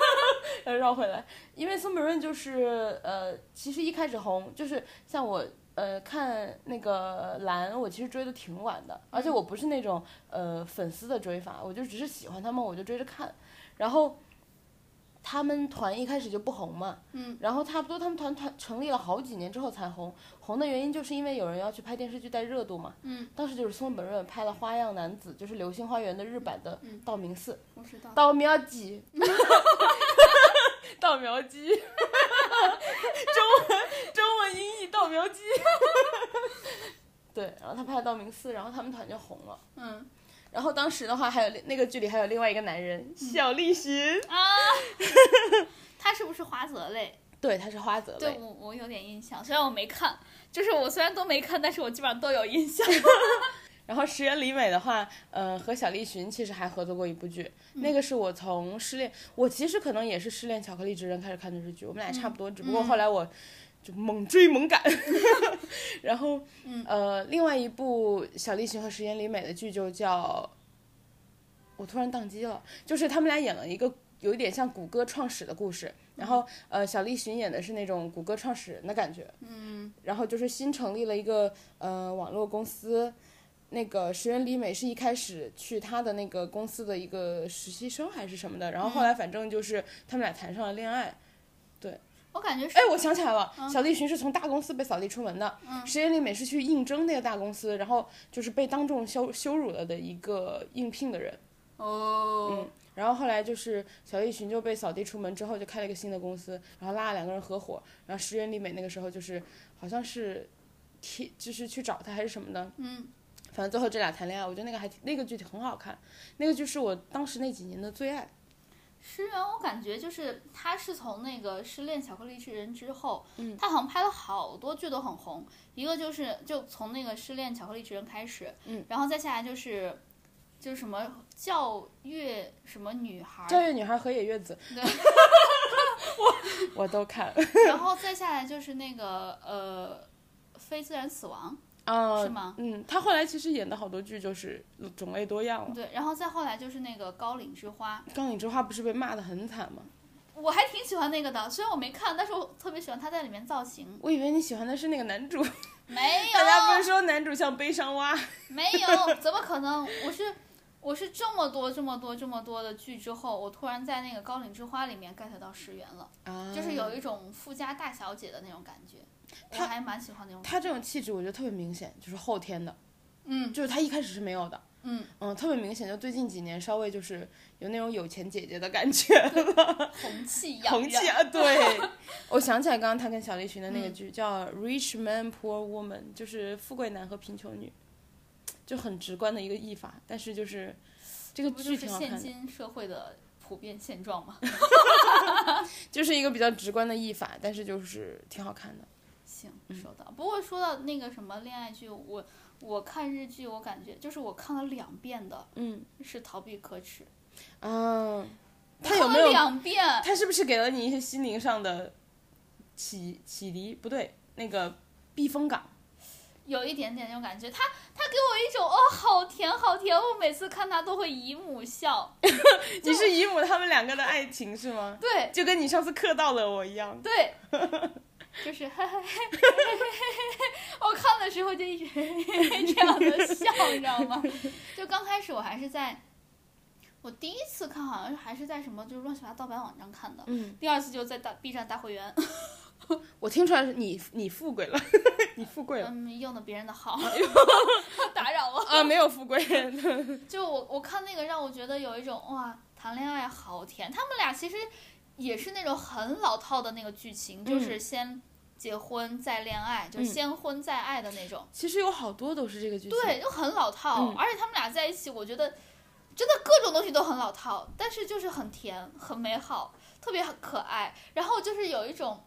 S1: (laughs) 呃绕回来，因为松本润就是呃，其实一开始红就是像我。呃，看那个蓝，我其实追的挺晚的，而且我不是那种呃粉丝的追法，我就只是喜欢他们，我就追着看。然后他们团一开始就不红嘛，
S2: 嗯，
S1: 然后差不多他们团团成立了好几年之后才红，红的原因就是因为有人要去拍电视剧带热度嘛，
S2: 嗯，
S1: 当时就是松本润拍了《花样男子》，就是《流星花园》的日版的
S2: 嗯哦
S1: 道明寺，
S2: 我知道。
S1: 道苗鸡，道苗鸡，中文中文音译道苗鸡，对，然后他拍了道明寺，然后他们团就红了。
S2: 嗯
S1: 然后当时的话，还有那个剧里还有另外一个男人，
S2: 嗯
S1: 小栗旬，
S2: 啊， (laughs) 他是不是花泽类？
S1: 对，他是花泽
S2: 对
S1: 类，
S2: 我我有点印象，虽然我没看，就是我虽然都没看，但是我基本上都有印
S1: (laughs)
S2: 象。
S1: 然后石原里美的话，呃，和小栗旬其实还合作过一部剧，那个是我从失恋，我其实可能也是失恋巧克力之人开始看电视剧，我们俩差不多，只不过后来我就猛追猛赶， (laughs) 然后，呃，另外一部小栗旬和石原里美的剧就叫，我突然宕机了，就是他们俩演了一个有一点像谷歌创始的故事，然后呃，小栗旬演的是那种谷歌创始人的感觉，
S2: 嗯
S1: 然后就是新成立了一个呃网络公司，那个石原里美是一开始去他的那个公司的一个实习生还是什么的，然后后来反正就是他们俩谈上了恋爱。
S2: 我感觉是
S1: 哎，我想起来了，小栗旬是从大公司被扫地出门的，石原里美是去应征那个大公司，然后就是被当众羞羞辱了的一个应聘的人。
S2: 哦，
S1: 然后后来就是小栗旬就被扫地出门之后，就开了一个新的公司，然后拉了两个人合伙，然后石原里美那个时候就是好像是提就是去找他还是什么的，
S2: 嗯
S1: 反正最后这俩谈恋爱，我觉得那个还挺那个剧挺很好看，那个剧是我当时那几年的最爱。
S2: 石原，我感觉就是他是从那个《失恋巧克力之人》之后，
S1: 嗯
S2: 他好像拍了好多剧都很红。一个就是就从那个《失恋巧克力之人》开始，
S1: 嗯，
S2: 然后再下来就是就是什么教育什么女孩，
S1: 教育女孩河野月子，
S2: 啊对
S1: (laughs) 我我都看，
S2: 然后再下来就是那个呃非自然死亡，
S1: 啊、
S2: 是吗
S1: 嗯，她后来其实演的好多剧就是种类多样了。
S2: 对，然后再后来就是那个高岭之花，
S1: 钢影之花不是被骂的很惨吗？
S2: 我还挺喜欢那个的，虽然我没看，但是我特别喜欢他在里面造型。
S1: 我以为你喜欢的是那个男主，
S2: 哎
S1: (laughs)
S2: 没有，
S1: 大家不是说男主像悲伤蛙？
S2: 没有，怎么可能？我是 (laughs) 我是这么多这么多这么多的剧之后，我突然在那个《高岭之花》里面 get 到石原了，
S1: 啊
S2: 就是有一种富家大小姐的那种感觉，我
S1: 她
S2: 还蛮喜欢那种感觉。
S1: 他这种气质，我觉得特别明显，就是后天的，
S2: 嗯
S1: 就是他一开始是没有的，
S2: 嗯，
S1: 嗯，特别明显，就最近几年稍微就是有那种有钱姐姐的感觉，
S2: 红气养
S1: (laughs) 红气
S2: 人。
S1: 啊，对。
S2: (laughs)
S1: 我想起来，刚刚他跟小栗旬的那个
S2: 嗯
S1: 剧、叫《Rich Man Poor Woman》，就是富贵男和贫穷女，就很直观的一个译法，但是就是这个
S2: 这不就
S1: 剧
S2: 是
S1: 挺好看
S2: 现
S1: 的，
S2: 今社会
S1: 嗯
S2: 的普遍现状吗？
S1: 就是一个比较直观的译法，但是就是挺好看的。
S2: 行，收到。不过说到那个什么恋爱剧，我我看日剧，我感觉就是我看了两遍的，
S1: 嗯
S2: 是逃避可耻。
S1: 嗯，他
S2: 我
S1: 有
S2: 看
S1: 没
S2: 了
S1: 有
S2: 两遍？
S1: (laughs) 他是不是给了你一些心灵上的启启迪？不对，那个避风港。
S2: 有一点点那种感觉，他他给我一种哦，好甜好甜，我每次看他都会姨母笑，
S1: (laughs) 你是姨母他们两个的爱情是吗？
S2: 对
S1: 就跟你上次磕到了我一样。
S2: 对，就是嘿嘿嘿嘿嘿嘿，我看的时候就一直这样的笑，你知道吗？就刚开始我还是在，我第一次看好像还是在什么就是乱七八糟盗版网站看的，
S1: 嗯，
S2: 第二次就在大 B 站大会员，
S1: 我听出来是你你富贵了， (laughs) 你富贵了
S2: 嗯，用的别人的号， (laughs) 打扰我。
S1: 啊，没有富贵。 (laughs)
S2: 就我我看那个让我觉得有一种哇，谈恋爱好甜。他们俩其实也是那种很老套的那个剧情，
S1: 嗯
S2: 就是先结婚再恋爱，就是先婚再爱的那种。
S1: 其实有好多都是这个嗯剧情。
S2: 对，就很老套，
S1: 嗯
S2: 而且他们俩在一起，我觉得真的各种东西都很老套，但是就是很甜、很美好，特别很可爱。然后就是有一种。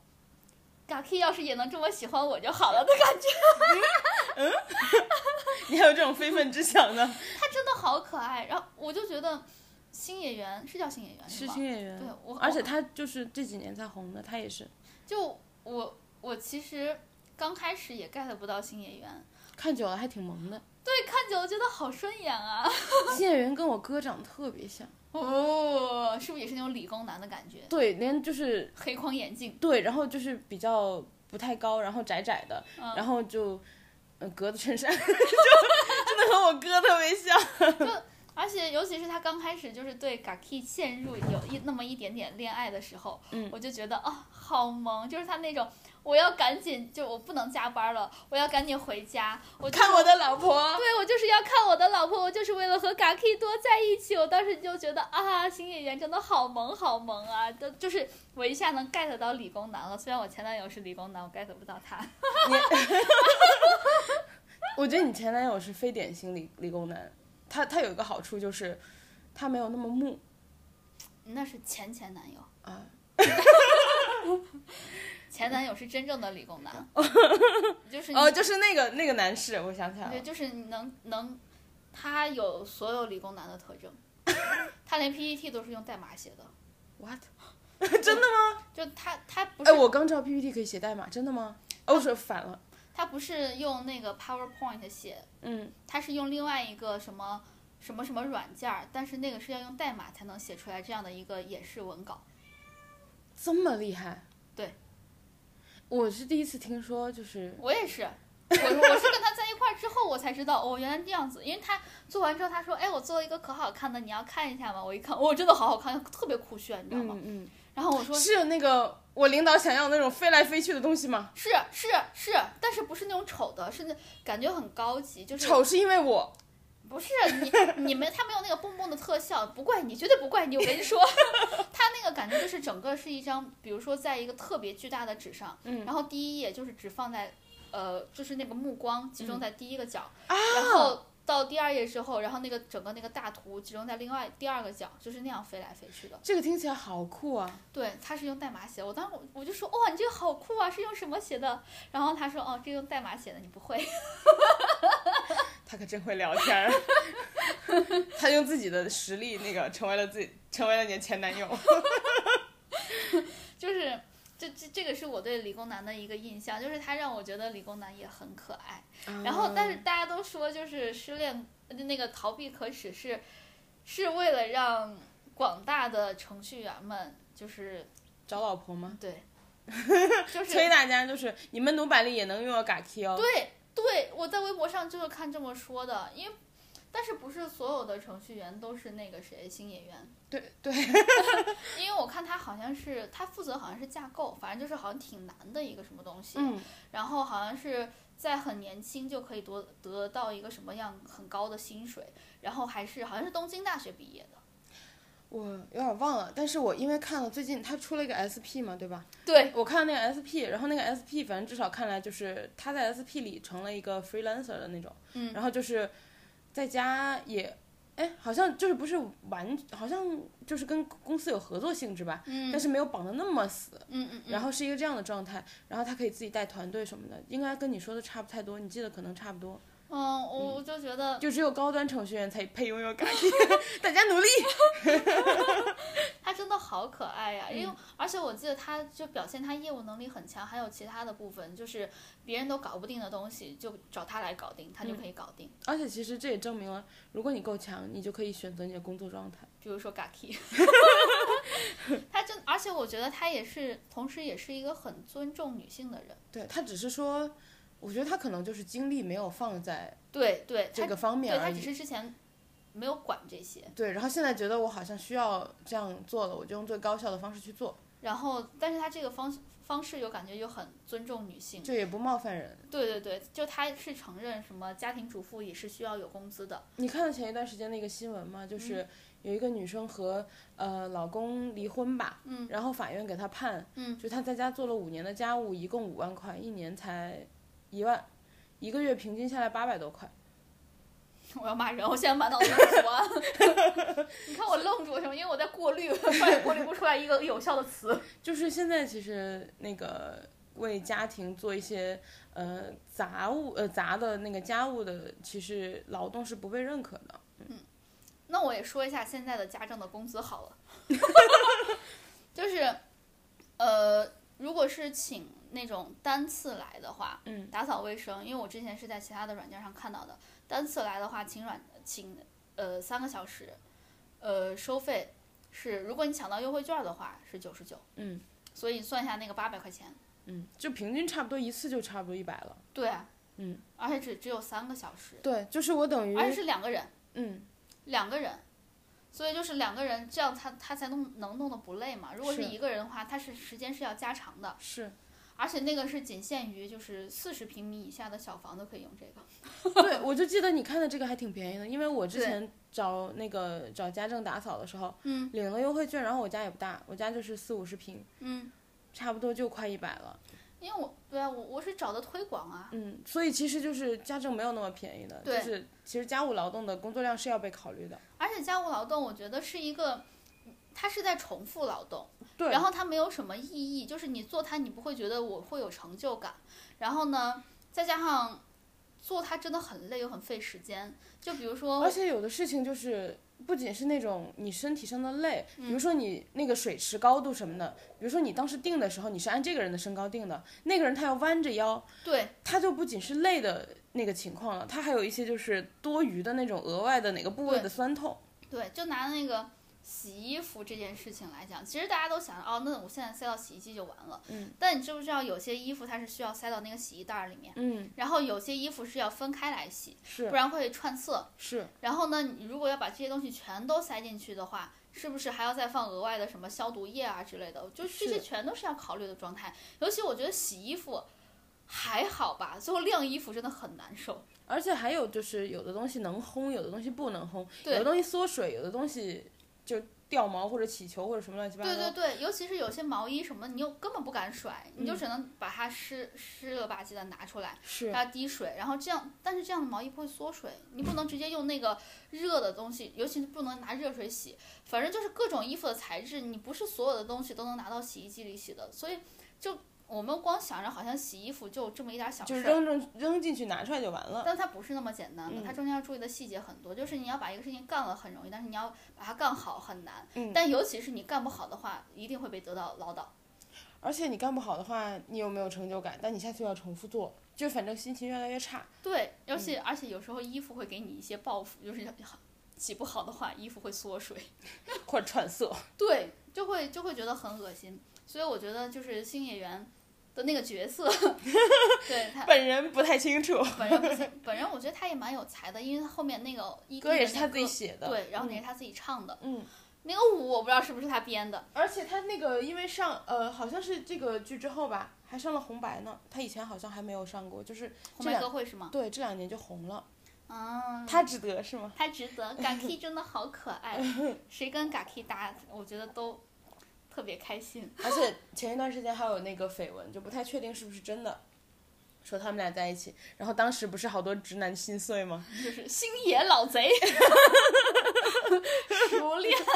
S2: 嘎 K 要是也能这么喜欢我就好了的感觉，
S1: 你还有这种非分之想 (laughs) 呢？
S2: 他真的好可爱。然后我就觉得新演员是叫新演员
S1: 是
S2: 吗？
S1: 新演员，
S2: 对我
S1: 而且他就是这几年才红的，他也是
S2: 就我我其实刚开始也 get 不到新演员，
S1: 看久了还挺萌 (laughs) 的。
S2: 对，看久了觉得好顺眼啊。 (laughs)
S1: 新演员跟我哥长得特别像，
S2: 哦，是不是也是那种理工男的感觉？
S1: 对，连就是
S2: 黑框眼镜，
S1: 对，然后就是比较不太高，然后窄窄的，
S2: 嗯
S1: 然后就嗯格子衬衫， (laughs) 就真的和我哥特别像。 (laughs)
S2: 而且尤其是他刚开始就是对 Gaki 陷入有一那么一点点恋爱的时候，
S1: 嗯
S2: 我就觉得啊、好萌，就是他那种我要赶紧，就我不能加班了，我要赶紧回家，我就
S1: 看我的老婆，
S2: 对我就是要看我的老婆，我就是为了和 Gaki 多在一起。我当时就觉得啊，新演员真的好萌好萌啊！就就是我一下能 get 到理工男了，虽然我前男友是理工男，我 get 不到他。
S1: 我觉得你前男友是非典型理理工男，他他有一个好处就是他没有那么木
S2: 那是前前男友，
S1: 啊，
S2: (laughs) 前男友是真正的理工
S1: (laughs)
S2: 男，就是你
S1: 哦，就是那个那个男士，我想起来
S2: 对，
S1: 了，
S2: 就是你能能，他有所有理工男的特
S1: (laughs)
S2: 征，他连 PPT 都是用代码写的。
S1: what？
S2: 就他，他不是、
S1: 哎，我刚知道 PPT 可以写代码，真的吗？哦，我说反了，
S2: 他不是用那个 PowerPoint 写
S1: 嗯，
S2: 它是用另外一个什么什么什么软件儿，但是那个是要用代码才能写出来这样的一个演示文稿。
S1: 这么厉害？
S2: 对，
S1: 我是第一次听说，就是
S2: 我也是，我我是跟他在一块儿之后，我才知道哦，原来这样子。因为他做完之后，他说：“哎，我做了一个可好看的，你要看一下吗？”我一看，哦，真的好好看，特别酷炫，你知道吗？
S1: 嗯
S2: 然后我
S1: 嗯，
S2: 说
S1: 是那个我领导想要那种飞来飞去的东西吗？：“
S2: 是是是，但是不是那种丑的，是那感觉很高级，就是
S1: 丑是因为我，
S2: 不是你，你们他没有那个蹦蹦的特效，不怪你，绝对不怪你。我跟你说，他那个感觉就是整个是一张，比如说在一个特别巨大的纸上，
S1: 嗯
S2: 然后第一页就是只放在，呃，就是那个目光集中在第一个角，然后到第二页之后，然后那个整个那个大图集中在另外第二个角，就是那样飞来飞去的。
S1: 这个听起来好酷啊！
S2: 对，他是用代码写的，我当时我我就说，哇、你这个好酷啊，是用什么写的？然后他说，哦，这用代码写的，你不会。
S1: 他可真会聊天儿， (laughs) 他用自己的实力那个成为了自己，成为了你的前男友。
S2: 就是这这这个是我对理工男的一个印象，就是他让我觉得理工男也很可爱。 (laughs) 然后，但是
S1: 嗯
S2: 大家都说就是失恋呃那个逃避可耻是是为了让广大的程序员们就是
S1: 找老婆吗？ (laughs)
S2: 对，就是
S1: 催大家就是你们努板栗也能用到 g a k 哦。
S2: 对对，我在微博上就是看这么说的，因为。但是不是所有的程序员都是那个谁新演员？
S1: 对对，
S2: (laughs) 因为我看他好像是他负责好像是架构，反正就是好像挺难的一个什么东西。
S1: 嗯，
S2: 然后好像是在很年轻就可以得得到一个什么样很高的薪水，然后还是好像是东京大学毕业的。
S1: 我有点忘了，但是我因为看了最近他出了一个 SP 嘛，对吧？
S2: 对，
S1: 我看那个 SP，然后那个 SP，反正至少看来就是他在 SP 里成了一个 freelancer 的那种，
S2: 嗯
S1: 然后就是在家也，哎，好像就是不是完，好像就是跟公司有合作性质吧，
S2: 嗯
S1: 但是没有绑得那么死，
S2: 嗯嗯
S1: 然后是一个这样的状态，然后他可以自己带团队什么的，应该跟你说的差不太多，你记得可能差不多，
S2: 嗯，我我就觉得
S1: 就只有高端程序员才配拥有感觉，
S2: (laughs)
S1: 大家努力。 (laughs)
S2: 他真的好可爱呀、因为而且我记得他就表现他业务能力很强，还有其他的部分就是别人都搞不定的东西，就找他来搞定，他就可以搞定。
S1: 而且其实这也证明了，如果你够强，你就可以选择你的工作状态。
S2: 比如说 (laughs) Gaki，他真，而且我觉得他也是，同时也是一个很尊重女性的人。
S1: 对他只是说，我觉得他可能就是精力没有放在
S2: 对对，
S1: 这
S2: 他
S1: 个方面
S2: 对
S1: 而
S2: 他只
S1: 已。
S2: 是之前没有管这些。
S1: 对，然后现在觉得我好像需要这样做了，我就用最高效的方式去做。
S2: 然后，但是他这个方方式又感觉又很尊重女性。
S1: 就也不冒犯人。
S2: 对对对，就他是承认什么家庭主妇也是需要有工资的。
S1: 你看了前一段时间那个新闻吗？就是有一个女生和呃老公离婚吧，
S2: 嗯，
S1: 然后法院给她判，
S2: 嗯，
S1: 就她在家做了五年的家务，一共五万块，一年才一万，一个月平均下来八百多块。
S2: 我要骂人，我现在满脑子都是什么？ (laughs) 你看我愣住为什么？因为我在过滤，不然过滤不出来一个有效的词。
S1: 就是现在其实那个为家庭做一些呃杂物呃杂的那个家务的，其实劳动是不被认可的。
S2: 那我也说一下现在的家政的工资好了，就是，呃，如果是请那种单次来的话，
S1: 嗯，
S2: 打扫卫生，因为我之前是在其他的软件上看到的，单次来的话，请软请呃三个小时，呃，收费是如果你抢到优惠券的话是九十九，
S1: 嗯，
S2: 所以你算一下那个八百块钱，
S1: 嗯，就平均差不多一次就差不多一百了。
S2: 对啊，
S1: 嗯，
S2: 而且只只有三个小时，
S1: 对，就是我等于
S2: 而且是两个人，
S1: 嗯
S2: 两个人，所以就是两个人，这样他他才弄能弄得不累嘛。如果是
S1: 是
S2: 一个人的话，他是时间是要加长的，
S1: 是 (laughs)
S2: 而且那个是仅限于就是四十平米以下的小房子可以用这个。
S1: 对，我就记得你看的这个还挺便宜的，因为我之
S2: 对
S1: 前找那个找家政打扫的时候
S2: 嗯
S1: 领了优惠券，然后我家也不大，我家就是四五十平，
S2: 嗯，
S1: 差不多就快一百了。
S2: 因为我对啊，我我是找的推广啊，
S1: 嗯，所以其实就是家政没有那么便宜的，就
S2: 对
S1: 是其实家务劳动的工作量是要被考虑的。
S2: 而且家务劳动我觉得是一个。它是在重复劳动，
S1: 对，
S2: 然后它没有什么意义，就是你做它，你不会觉得我会有成就感。然后呢，再加上做它真的很累又很费时间。就比如说，
S1: 而且有的事情就是不仅是那种你身体上的累，
S2: 嗯
S1: 比如说你那个水池高度什么的，比如说你当时定的时候你是按这个人的身高定的，那个人他要弯着腰，
S2: 对，
S1: 他就不仅是累的那个情况了，他还有一些就是多余的那种额外的哪个部位的酸痛。
S2: 对，就拿那个洗衣服这件事情来讲，其实大家都想哦，那我现在塞到洗衣机就完了。
S1: 嗯。
S2: 但你知不知道，有些衣服它是需要塞到那个洗衣袋儿里面，
S1: 嗯，
S2: 然后有些衣服是要分开来洗，
S1: 是
S2: 不然会串色。
S1: 是，
S2: 然后呢，你如果要把这些东西全都塞进去的话，是不是还要再放额外的什么消毒液啊之类的？就这些
S1: 是
S2: 全都是要考虑的状态。尤其我觉得洗衣服还好吧，最后晾衣服真的很难受。
S1: 而且还有就是有的东西能烘，有的东西不能烘，有
S2: 对
S1: 的东西缩水，有的东西就掉毛或者起球或者什么乱七八糟。
S2: 对对对，尤其是有些毛衣什么的，你又根本不敢甩，你就
S1: 嗯
S2: 只能把它湿湿了吧唧的拿出来，
S1: 是
S2: 让它滴水，然后这样，但是这样的毛衣不会缩水，你不能直接用那个热的东西，尤其是不能拿热水洗，反正就是各种衣服的材质，你不是所有的东西都能拿到洗衣机里洗的，所以就我们光想着好像洗衣服就这么一点小
S1: 就是
S2: 事儿。
S1: 扔扔扔进去拿出来就完了。
S2: 但它不是那么简单的，
S1: 嗯
S2: 它中间要注意的细节很多。就是你要把一个事情干了很容易，但是你要把它干好很难。
S1: 嗯
S2: 但尤其是你干不好的话，一定会被得到唠叨。
S1: 而且你干不好的话，你有没有成就感？但你下次又要重复做，就反正心情越来越差。 (laughs)
S2: 对，尤其、
S1: 嗯
S2: 而且有时候衣服会给你一些报复，就是洗不好的话，衣服会缩水，
S1: 或者
S2: (laughs)
S1: 串色。
S2: 对，就会就会觉得很恶心。所以我觉得就是新演员的那个角色， (laughs) 对他
S1: 本人不太清楚，
S2: 本人不行本人，我觉得他也蛮有才的，因为他后面那个一
S1: 歌也是他自己，写
S2: 那
S1: 的。
S2: 个对，然后也是他自己唱的，
S1: 嗯，
S2: 那个舞我不知道是不是他编的，
S1: 而且他那个因为上呃好像是这个剧之后吧，还上了红白呢。他以前好像还没有上过，就是
S2: 红
S1: 这
S2: 白
S1: 两
S2: 歌会是吗？
S1: 对这两年就红了。
S2: 啊，
S1: 他值得是吗？
S2: 他值
S1: (laughs)
S2: 得 g a k i 真的好可爱，谁跟 g a k i 搭，我觉得都特别开心。
S1: 而且前一段时间还有那个绯闻，就不太确定是不是真的。说他们俩在一起，然后当时不是好多直男心碎吗？
S2: 就是 (laughs) 星野老贼， (laughs) 熟练。 (laughs)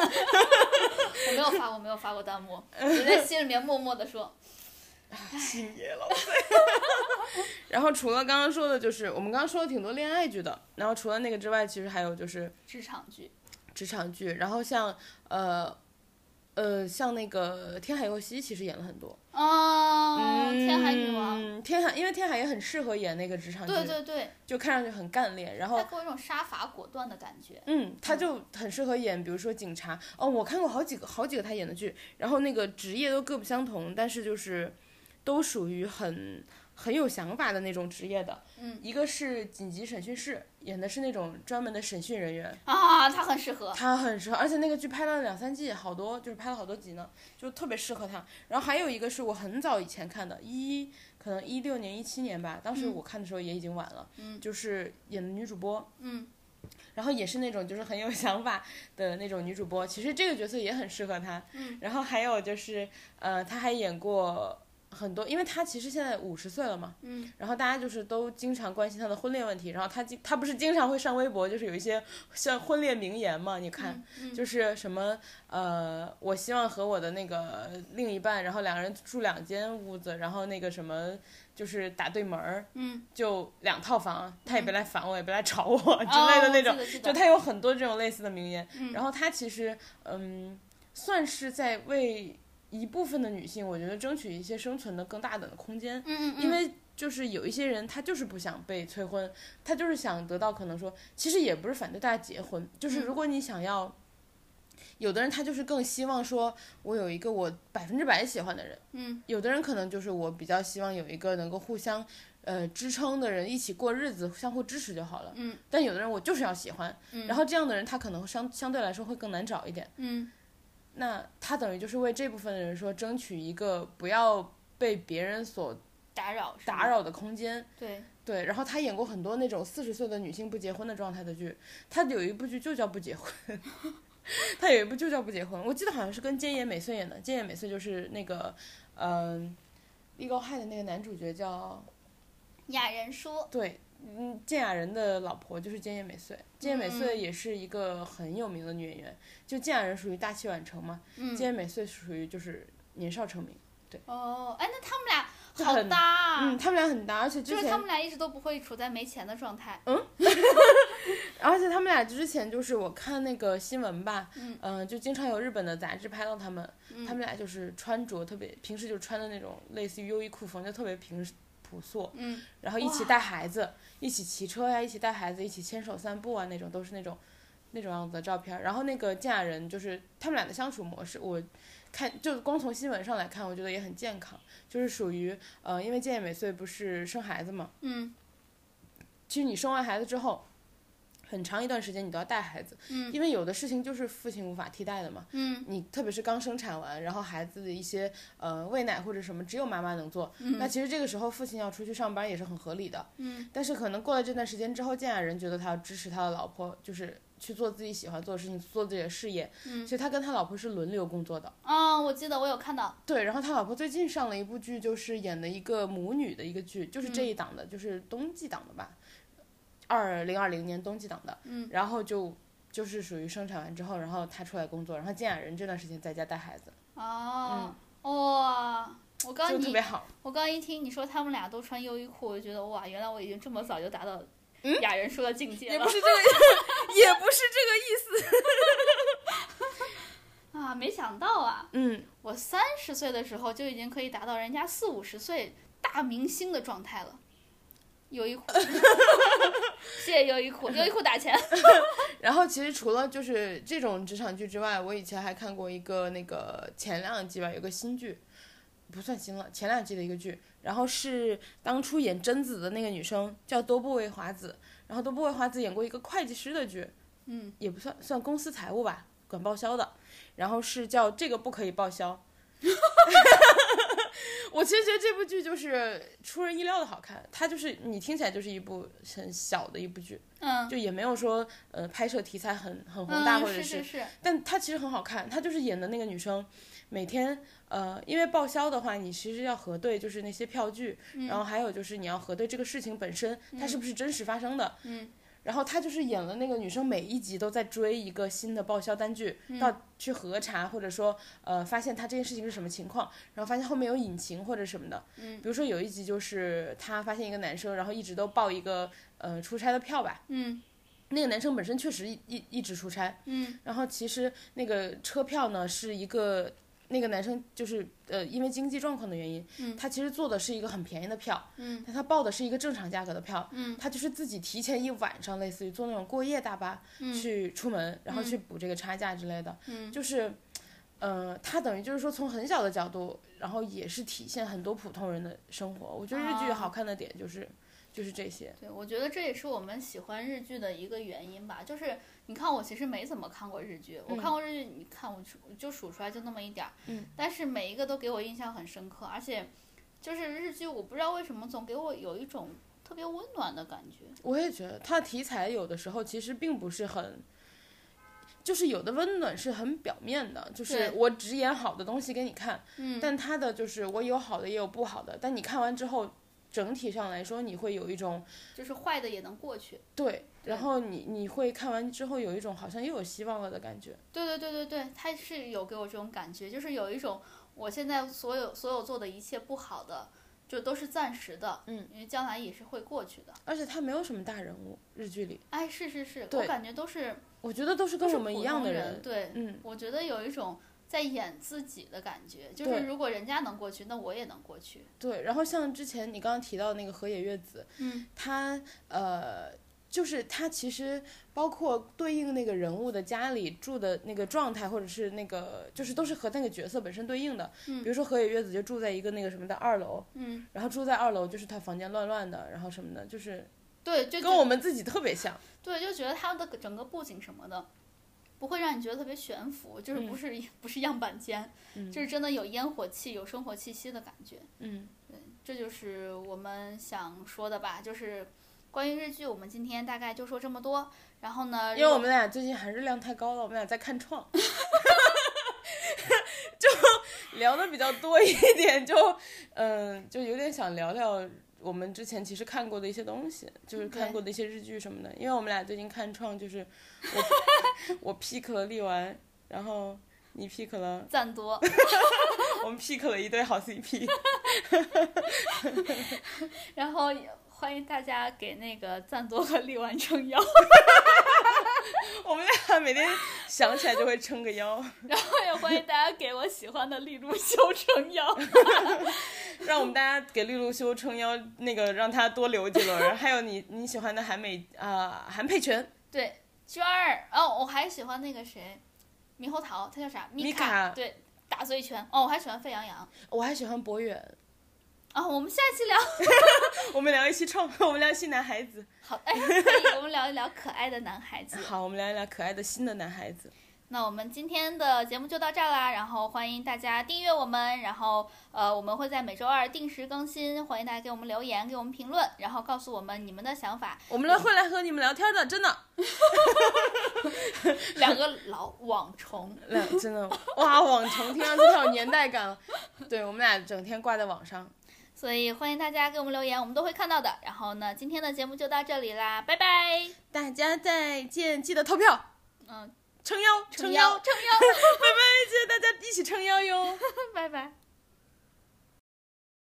S2: 我没有发，我没有发过弹
S1: (laughs)
S2: 幕，只在心里面默默的说，
S1: 星爷老贼。 (laughs) 然后除了刚刚说的，就是我们刚刚说了挺多恋爱剧的，然后除了那个之外，其实还有就是
S2: 职场剧，
S1: 职场剧，然后像呃呃像那个《天海佑希》其实演了很多，
S2: 哦，天海女王，
S1: 嗯，天海因为天海也很适合演那个职场剧，哦
S2: 对对对，
S1: 就看上去很干练，然
S2: 她
S1: 后。
S2: 给我一种杀伐果断的感觉。
S1: 嗯，他就很适合演，比如说警察哦，我看过好几个好几个他演的剧，然后那个职业都各不相同，但是就是都属于很很有想法的那种职业的，
S2: 嗯，
S1: 一个是紧急审讯室，演的是那种专门的审讯人员，
S2: 啊，他很适合，
S1: 他很适合，而且那个剧拍了两三季，好多就是拍了好多集呢，就特别适合他。然后还有一个是我很早以前看的，一可能一六年、一七年吧，当时
S2: 嗯
S1: 我看的时候也已经晚了，
S2: 嗯
S1: 就是演的女主播，
S2: 嗯，
S1: 然后也是那种就是很有想法的那种女主播，其实这个角色也很适合她。
S2: 嗯，
S1: 然后还有就是，呃，她还演过很多，因为她其实现在五十岁了嘛，
S2: 嗯，
S1: 然后大家就是都经常关心她的婚恋问题，然后她经她不是经常会上微博，就是有一些像婚恋名言嘛，你看，
S2: 嗯，
S1: 就是什么呃，我希望和我的那个另一半，然后两个人住两间屋子，然后那个什么就是打对门儿，
S2: 嗯，
S1: 就两套房，他也别来烦我，也别来吵我 (laughs) 之
S2: 哦
S1: 类的那种
S2: 我，记得记得
S1: 就他有很多这种类似的名言。
S2: 嗯
S1: 然后他其实嗯，算是在为一部分的女性，我觉得争取一些生存的更大胆的空间。
S2: 嗯嗯，
S1: 因为就是有一些人，他就是不想被催婚，他就是想得到可能说，其实也不是反对大家结婚，就是
S2: 嗯
S1: 如果你想要，有的人他就是更希望说，我有一个我百分之百喜欢的人，
S2: 嗯
S1: 有的人可能就是我比较希望有一个能够互相。呃，支撑的人一起过日子，相互支持就好了。
S2: 嗯，
S1: 但有的人我就是要喜欢，
S2: 嗯
S1: 然后这样的人他可能相相对来说会更难找一点。
S2: 嗯
S1: 那他等于就是为这部分的人说争取一个不要被别人所
S2: 打扰是吗
S1: 打，扰的空间。
S2: 对，
S1: 对，然后她演过很多那种四十岁的女性不结婚的状态的剧，她有一部剧就叫《不结婚》， (laughs) 她有一部就叫《不结婚》，我记得好像是跟菅野美穗演的，菅野美穗就是那个，嗯、呃，《Legal High》的那个男主角叫
S2: 雅人说，
S1: 对，嗯，菅雅人的老婆就是菅野美穗，菅野美穗也是一个很有名的女演员，就菅雅人属于大器晚成嘛，
S2: 嗯
S1: 菅，野美穗属于就是年少成名，
S2: 哦，哎，那他们俩
S1: 就
S2: 好
S1: 很
S2: 搭啊
S1: 嗯，，他们俩很搭，而且之
S2: 就是
S1: 前
S2: 他们俩一直都不会处在没钱的状态，
S1: 而且他们俩之前就是我看那个新闻吧，
S2: 嗯
S1: 呃就经常有日本的杂志拍到他们，
S2: 嗯
S1: 他们俩就是穿着特别，平时就穿的那种类似于优衣库风，就特别平时朴素，
S2: 嗯
S1: 然后一起带孩子，一起骑车呀，一起带孩子，一起牵手散步啊，那种都是那种那种样子的照片儿。然后那个嫁人就是他们俩的相处模式，我看就光从新闻上来看，我觉得也很健康，就是属于呃，因为菅野美穗不是生孩子嘛，
S2: 嗯
S1: 其实你生完孩子之后，很长一段时间你都要带孩子，
S2: 嗯
S1: 因为有的事情就是父亲无法替代的嘛。
S2: 嗯
S1: 你特别是刚生产完，然后孩子的一些呃喂奶或者什么，只有妈妈能做。那其实这个时候父亲要出去上班也是很合理的。
S2: 嗯
S1: 但是可能过了这段时间之后，建雅人觉得他要支持他的老婆，就是去做自己喜欢做的事情，做自己的事业。
S2: 嗯
S1: 所以他跟他老婆是轮流工作的。
S2: 啊，我记得我有看到，
S1: 对，然后他老婆最近上了一部剧，就是演的一个母女的一个剧，就是这一档的，就是冬季档的吧，二零二零年冬季档的。
S2: 嗯，
S1: 然后就就是属于生产完之后，然后他出来工作，然后金雅人这段时间在家带孩子，
S2: 哦，哇，我刚
S1: 嗯就特
S2: 你
S1: 别好。
S2: 我刚一听你说他们俩都穿优衣库，我就觉得哇，原来我已经这么早就达到雅人说的境界
S1: 嗯也
S2: 了
S1: 不、是这 (laughs) 个，也不是
S2: 啊！没想到啊，
S1: 这个，嗯，
S2: 我三十岁的时候就已经可以达到人家四五十岁大明星的状态了。优衣库， (laughs) 谢谢优衣库，优衣库打钱。
S1: 然后其实除了就是这种职场剧之外，我以前还看过一个那个前两季吧，有个新剧，不算新了，前两季的一个剧。然后是当初演贞子的那个女生叫多部未华子，然后多部未华子演过一个会计师的剧，
S2: 嗯，
S1: 也不算算公司财务吧，管报销的。然后是叫这个不可以报销。我其实觉得这部剧就是出人意料的好看，它就是你听起来就是一部很小的一部剧，
S2: 嗯，
S1: 就也没有说呃拍摄题材很很宏大，
S2: 嗯
S1: 或者
S2: 是是是，
S1: 但她其实很好看。她就是演的那个女生，每天呃，因为报销的话，你其实要核对就是那些票据，
S2: 嗯
S1: 然后还有就是你要核对这个事情本身它是不是真实发生的。
S2: 嗯
S1: 然后她就是演了那个女生，每一集都在追一个新的报销单据，
S2: 嗯
S1: 到去核查或者说呃发现她这件事情是什么情况，然后发现后面有隐情或者什么的。
S2: 嗯
S1: 比如说有一集就是她发现一个男生，然后一直都报一个呃出差的票吧，
S2: 嗯
S1: 那个男生本身确实一一一直出差，
S2: 嗯
S1: 然后其实那个车票呢是一个那个男生就是呃因为经济状况的原因，
S2: 嗯
S1: 他其实坐的是一个很便宜的票，
S2: 嗯
S1: 但他报的是一个正常价格的票，
S2: 嗯
S1: 他就是自己提前一晚上，类似于坐那种过夜大巴、
S2: 嗯
S1: 去出门，然后去补这个差价之类的，
S2: 嗯
S1: 就是呃，它等于就是说从很小的角度，然后也是体现很多普通人的生活。我觉得日剧
S2: 哦
S1: 好看的点就是、就是这些。
S2: 对，我觉得这也是我们喜欢日剧的一个原因吧。就是你看，我其实没怎么看过日剧，我
S1: 嗯
S2: 看过日剧，你看我数就数出来就那么一点儿，
S1: 嗯，
S2: 但是每一个都给我印象很深刻，而且就是日剧，我不知道为什么总给我有一种特别温暖的感觉。
S1: 我也觉得它的题材有的时候其实并不是很，就是有的温暖是很表面的，就是
S2: 对
S1: 我只演好的东西给你看，
S2: 嗯，
S1: 但它的就是我有好的也有不好的，但你看完之后，整体上来说你会有一种
S2: 就是坏的也能过去。
S1: 对，
S2: 对
S1: 然后你你会看完之后有一种好像又有希望了的感觉。
S2: 对对对对对，他是有给我这种感觉，就是有一种我现在所有所有做的一切不好的，就都是暂时的，
S1: 嗯，
S2: 因为将来也是会过去的。
S1: 而且它没有什么大人物，日剧里
S2: 哎，是是是，我
S1: 对
S2: 感觉都是
S1: 我觉得都是跟
S2: 都是
S1: 我们
S2: 普
S1: 一样
S2: 通
S1: 的
S2: 人，
S1: 人，
S2: 对，
S1: 嗯。
S2: 我觉得有一种在演自己的感觉，就
S1: 对
S2: 是如果人家能过去，那我也能过去。
S1: 对，然后像之前你刚刚提到那个河野月子，
S2: 嗯，
S1: 她呃，就是她其实包括对应那个人物的家里住的那个状态，或者是那个就是都是和那个角色本身对应的。
S2: 嗯
S1: 比如说河野月子就住在一个那个什么的二楼，
S2: 嗯，
S1: 然后住在二楼就是她房间乱乱的，然后什么的，就是
S2: 对，就
S1: 跟我们自己特别像。
S2: 对，就觉得他的整个布景什么的，不会让你觉得特别悬浮，就是
S1: 嗯
S2: 不是、不是样板间，
S1: (laughs) 嗯
S2: 就是真的有烟火气、有生活气息的感觉。
S1: 嗯，
S2: 这就是我们想说的吧，就是关于日剧，我们今天大概就说这么多。然后呢，
S1: 因为我们俩最近含热量太高了，我们俩在看 (laughs) 创，就聊的比较多一点，就嗯、就有点想聊聊我们之前其实看过的一些东西，就是看
S2: 对
S1: 过的一些日剧什么的。因为我们俩最近看创，就是 (laughs) 我我 pick 了力丸，然后你 pick 了，
S2: 赞多， (laughs)
S1: 我们 pick 了一对好 CP。
S2: 然后也欢迎大家给那个赞多和力丸 (laughs) 撑腰。
S1: 我们俩每天想起来就会撑个腰，
S2: 我也欢迎大家给我喜欢的利路修撑腰。
S1: (laughs) 让我们大家给绿露修撑腰，那个让他多留几轮。还有你你喜欢的韩美啊、韩佩泉。
S2: (laughs) 对，娟儿，哦，我还喜欢那个谁，猕猴桃，他叫啥？
S1: 米
S2: 卡。
S1: 卡
S2: 对，打醉拳。哦，我还喜欢沸羊羊。
S1: 我还喜欢博远，
S2: 啊、我们下期聊。 (laughs)
S1: 我们聊一期创，我们聊一期男孩子。
S2: 好，哎，可以，我们聊一聊可爱的男孩子。
S1: 好，我们聊一聊可爱的新的男孩子。
S2: 那我们今天的节目就到这儿啦，然后欢迎大家订阅我们，然后呃，我们会在每周二定时更新，欢迎大家给我们留言，给我们评论，然后告诉我们你们的想法。
S1: 我们来会来和你们聊天的，真的，
S2: 两个老网虫，
S1: 来真 (laughs) 的，哇，网虫听上去太有年代 (laughs) 感了。对我们俩整天挂在网上，
S2: 所以欢迎大家给我们留言，我们都会看到的。然后呢，今天的节目就到这里啦，拜拜。
S1: 大家再见，记得投票，
S2: 嗯，
S1: 撑腰，
S2: 撑
S1: 撑腰， (laughs)
S2: 撑腰，
S1: 记得大家一起撑腰哟。
S2: 拜拜。